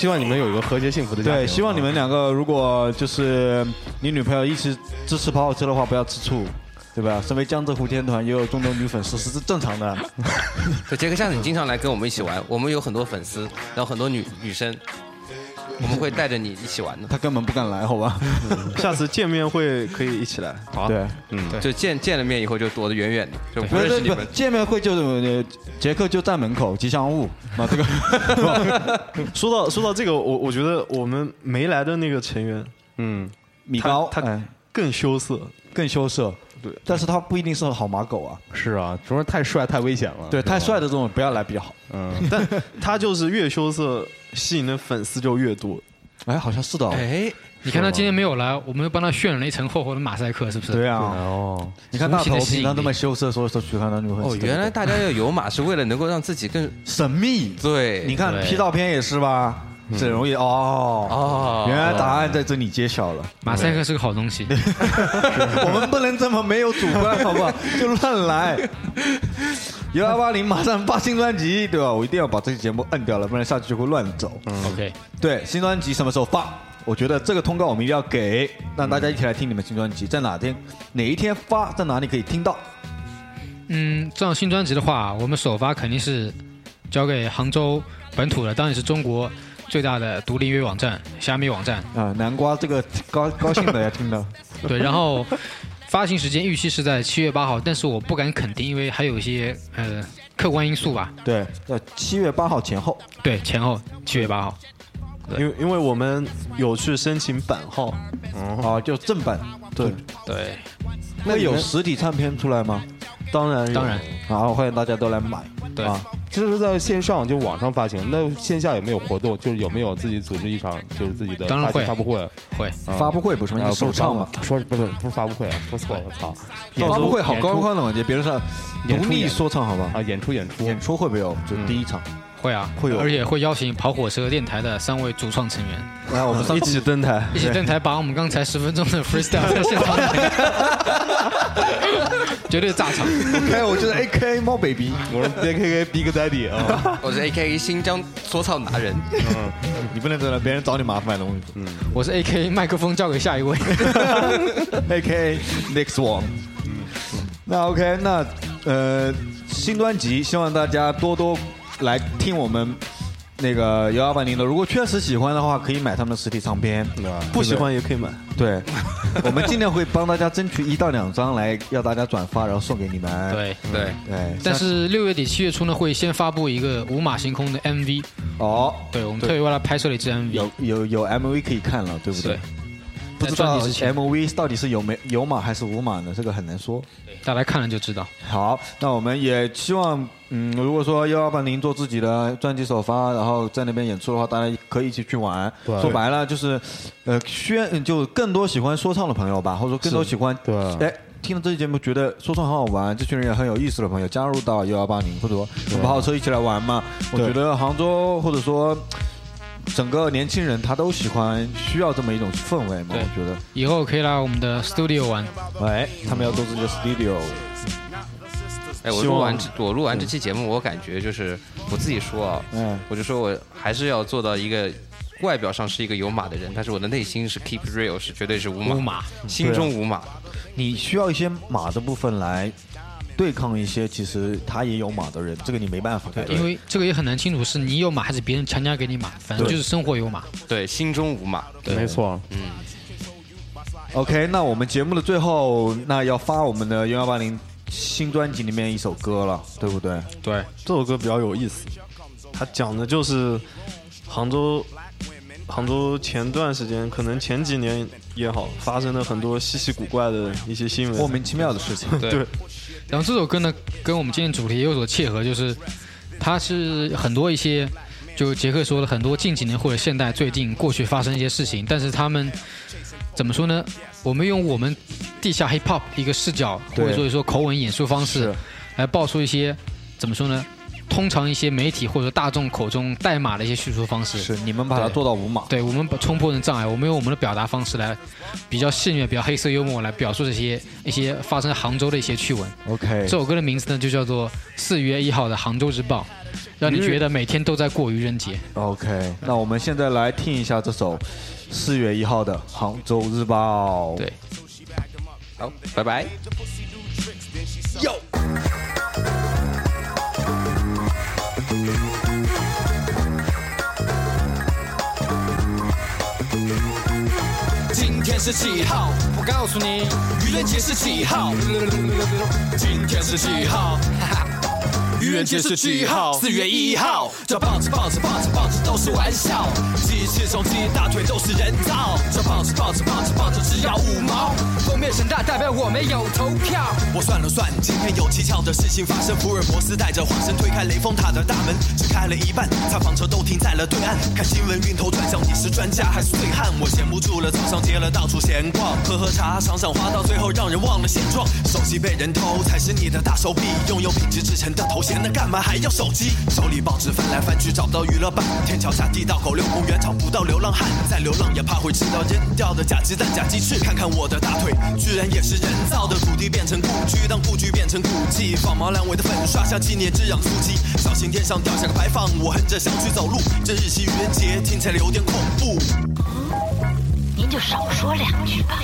S10: 希望你们有一个和谐幸福的家庭。啊
S1: 对，希望你们两个如果就是你女朋友一直支持跑火车的话，不要吃醋。对吧？身为江浙沪天团，也有众多女粉丝，是是正常
S10: (laughs)
S1: 的。
S6: 对，杰克，下次你经常来跟我们一起玩，我们有很多粉丝，然后很多女女生，我们会带着你一起玩的。
S1: 她根本不敢来，好吧？
S5: 下次见面会可以一起来。
S10: 好啊
S1: 对，
S6: 就见见了面以后就躲得远远的，就不
S1: 不
S6: 认识
S1: 是
S6: 你
S1: 不
S6: 们。
S1: 见面会就是呃杰克就站门口吉祥物嘛， (laughs) 这个
S5: 说到说到这个，我我觉得我们没来的那个成员
S10: 嗯，
S1: 米高
S5: 他他
S1: 哎
S5: 更羞涩，
S1: 更羞涩。
S5: 对，
S1: 但是他不一定是好马狗啊。
S10: 是啊，主要是太帅太危险了。
S1: 对，太帅的这种哎不要来比较好。
S10: 嗯，
S5: 他就是越羞涩，吸引的粉丝就越多。
S1: 哎，好像是的哦。
S6: 哎，
S4: 你看他今天没有来，我们又帮他渲染了一层厚厚的马赛克，是不是？
S1: 对啊，
S10: 哦，
S1: 你看大头平常那么羞涩，所以说去看他女朋友。
S6: 哦，原来大家要有马是为了能够让自己更
S1: 神秘。
S6: 对。
S1: 你看 P 照片也是吧？整容也嗯哦
S6: 哦，
S1: 原来答案在这里揭晓了。
S4: 马赛克是个好东西。
S1: 我们不能这么没有主观，好不 (laughs) 好？就乱来。 (laughs) 幺幺八零马上发新专辑，对吧？我一定要把这期节目摁掉了，不然下去就会乱走。
S4: (laughs) OK，
S1: 对，新专辑什么时候发？我觉得这个通告我们一定要给，让大家一起来听你们新专辑，在哪天哪一天发，在哪里可以听到？
S4: 嗯，这张新专辑的话，我们首发肯定是交给杭州本土的，当然是中国最大的独立音乐网站虾米网站。
S1: 啊，南瓜这个高高兴的要听到。
S4: 对，然后发行时间预期是在七月八号，但是我不敢肯定，因为还有一些呃客观因素吧。
S1: 对，要七月八号前后。
S4: 对，前后七月八号。
S5: 因为因为我们有去申请版号，
S1: 啊，就正版。对，
S4: 对，
S1: 那有实体唱片出来吗？
S5: 当然有
S4: 当然，
S1: 啊，欢迎大家都来买。
S4: 对
S1: 啊，
S10: 这是在线上就网上发行，那线下有没有活动？就是有没有自己组织一场就是自己的
S4: 当然
S10: 发行
S4: 会
S10: 发布会？
S4: 会。
S10: 啊
S1: 发布会不是吗？
S10: 啊
S1: 你首唱嘛。
S10: 不是说不是不是发布会啊，说错了，我操！演出
S1: 发布会好
S10: 演出
S1: 高宽的嘛，就别人上
S10: 演
S1: 独
S10: 出
S1: 立
S10: 演
S1: 说唱好吧？
S10: 啊，演出演出
S1: 演出会不会有？就
S10: 嗯
S1: 第一场
S4: 会啊，
S13: 会有
S4: 而且会邀请跑火车电台的三位主创成员
S1: 哎
S13: 来，我
S10: 嗯
S13: 们上
S5: 一起登台。
S4: 一起登台，把我们刚才十分钟的 freestyle 在现场，
S1: (laughs)
S4: 绝对炸场。
S3: 哎，我觉得 A K 猫 baby，我是 A K K Big Daddy 啊，
S6: 我是 A K A 新疆说唱达人，
S1: 你不能等到别人找你麻烦了。我跟你
S10: 嗯
S1: (laughs)
S4: 我是 AK，麦克风交给下一位。
S1: 说 A.K. Next One。那 OK，那呃，新专辑希望大家多多来听我们那个幺幺八零的。如果确实喜欢的话，可以买他们的实体唱片。
S10: 啊
S5: 不喜欢也可以买。
S1: 对， (laughs) 我们尽量会帮大家争取一到两张来，要大家转发，然后送给你们。
S4: 对，
S6: 对，
S1: 对，
S4: 但是六月底七月初呢，会先发布一个五马行空的 MV，
S1: 哦，
S4: 对我们
S1: 对
S4: 特别为了拍摄了一支 MV，
S1: 有有有 MV 可以看了，对不对
S4: 对？，
S1: 不
S4: 在
S1: 知
S4: 专
S1: 道
S4: 辑之前
S1: MV 到底是有没有码还是无码呢？这个很难说。
S4: 大家看了就知道。
S1: 好，那我们也希望，嗯，如果说幺幺八零做自己的专辑首发，然后在那边演出的话，大家可以一起去玩。说白了就是，呃，宣就更多喜欢说唱的朋友吧，或者说更多喜欢
S14: 对
S1: 哎。听了这期节目，觉得说唱很好玩，这群人也很有意思的朋友，加入到幺幺八零，或者说我们好车一起来玩嘛。我觉得杭州或者说整个年轻人他都喜欢，需要这么一种氛围嘛。
S4: 对
S1: 我觉得，
S4: 以后可以来我们的 studio 玩，
S1: 哎，他们要做自己的 studio，
S6: 哎，我录完这我录完这期节目，我感觉就是我自己说啊，
S1: 嗯
S6: 我就说我还是要做到一个外表上是一个有码的人，但是我的内心是 keep real，是绝对是无码，
S4: 五马。
S6: 心中无码。
S1: 你需要一些马的部分来对抗一些其实他也有马的人，这个你没办法改变。
S4: 因为这个也很难清楚是你有马还是别人强加给你马，反正就是生活有马。
S6: 对，心中无码。
S14: 没错，
S1: OK，那我们节目的最后，那要发我们的幺幺八零新专辑里面一首歌了，对不对？
S4: 对，
S5: 这首歌比较有意思，它讲的就是杭州，杭州前段时间，可能前几年也好，发生了很多稀奇古怪的一些新
S1: 莫
S5: 闻。
S1: 名其妙的事情。
S5: 对，
S4: 然后这首歌呢，跟我们今天主题也有所切合，就是它是很多一些，就杰克说了很多近几年或者现代最近过去发生一些事情，但是他们怎么说呢？我们用我们地下 hip hop 一个视角，或
S1: 对
S4: 者说说口吻演述方式，来爆出一些怎么说呢？通常一些媒体或者大众口中代码的一些叙述方式。
S1: 是你们把它
S4: 对
S1: 做到无码。
S4: 对我们把冲破的障碍，我们用我们的表达方式来比较戏谑、比较黑色幽默来表述这些一些发生在杭州的一些趣闻。
S1: OK，
S4: 这首歌的名字呢就叫做《四月一号的杭州日报》，让你觉得每天都在过愚人节。
S1: OK，那我们现在来听一下这首四月一号的《杭州日报》。
S4: 对，
S6: 好，拜拜。
S11: 今天是几号？我告诉你，愚人节是几号？今天是几号？愚人节是几号？四月一号。这报纸报纸报纸报纸都是玩笑，鸡翅从鸡大腿都是人造。这报纸报纸报纸报纸只要五毛。封面神大代表我们有投票。我算了算，今天有蹊跷的事情发生。福尔摩斯带着化身推开雷峰塔的大门，只开了一半，采访车都停在了对岸。看新闻晕头转向，你是专家还是醉汉？我闲不住了，早上接了到处闲逛，喝喝茶，赏赏花，到最后让人忘了现状。手机被人偷才是你的大手笔，拥有品质制成的头衔，那干嘛还要手机？手里报纸翻来翻去，找不到娱乐版。天桥下、地道口、遛公园，找不到流浪汉。再流浪也怕会吃到扔掉的假鸡蛋、假鸡翅。看看我的大腿，居然也是人造的，土地变成故居，当故居变成古迹。放毛阑尾的粉刷，像纪念之壤出击。小心天上掉下个白放，我横着小曲走路。这日期愚人节听起来有点恐怖。
S15: 您就少说两句吧。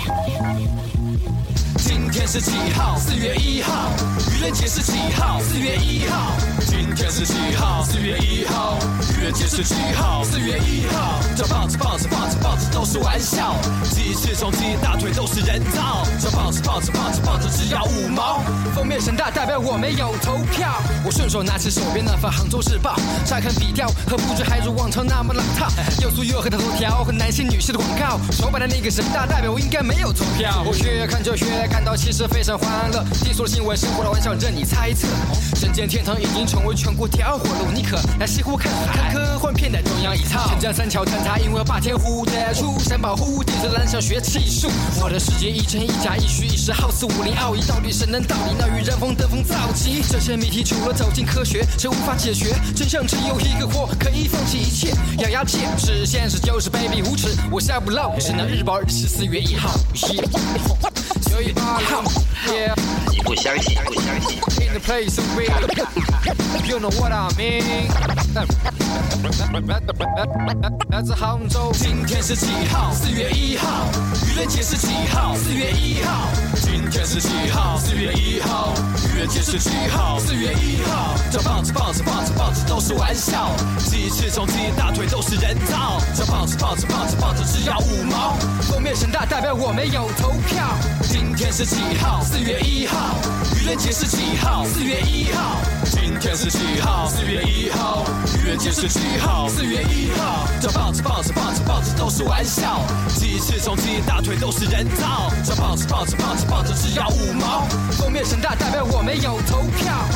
S11: 今天是几号？四月一号。愚人节是几号？四月一号。今天是几号？四月一号。愚人节是几号？四月一号。这报纸报纸报纸报纸都是玩笑，鸡翅从鸡大腿都是人造。这报纸报纸报纸报纸只要五毛。封面神大代表我们有投票。我顺手拿起手边那份《杭州日报》，乍看笔调和布置还如往常那么老套，又粗又黑的头条和男性女性的广告，手版的那个神大代表我应该没有投票。我越看就越感。
S16: 看到其实非常欢乐。低俗的新闻，生活的玩笑任你猜测。人间天堂已经成为全国第二火炉，你可来西湖看海。科幻片的中央一套，长江三桥坍塌，因为霸天虎的出山保护，顶着蓝翔学气术。我的世界一真一假一虚一实，好似武林奥义，到底神能道理，那与人风登峰造极。这些谜题除了走进科学，谁无法解决？真相只有一个，我可以放弃一切，咬牙切齿，现实就是卑鄙无耻，我下不漏，只能日保十四月一号。耶所以八号，yeah。
S17: 你不相信？不相信？
S16: in the place of we You know what I mean That's 杭州今天是几号？四月一号愚人节是几号？四月一号今天是几号？四月一号愚人节是几号？四月一号这棒子棒子棒子棒子都是玩笑鸡翅从鸡大腿都是人造这棒子棒子棒子棒子只要五毛封面神大代表我们有投票今天是几号？四月一号愚人节是几号？四月一号。今天是几号？四月一号。愚人节是几号？四月一号。这棒子棒子棒子棒子都是玩笑，鸡翅从鸡大腿都是人造。这棒子棒子棒子棒子只要五毛，封面神大代表我们有投票。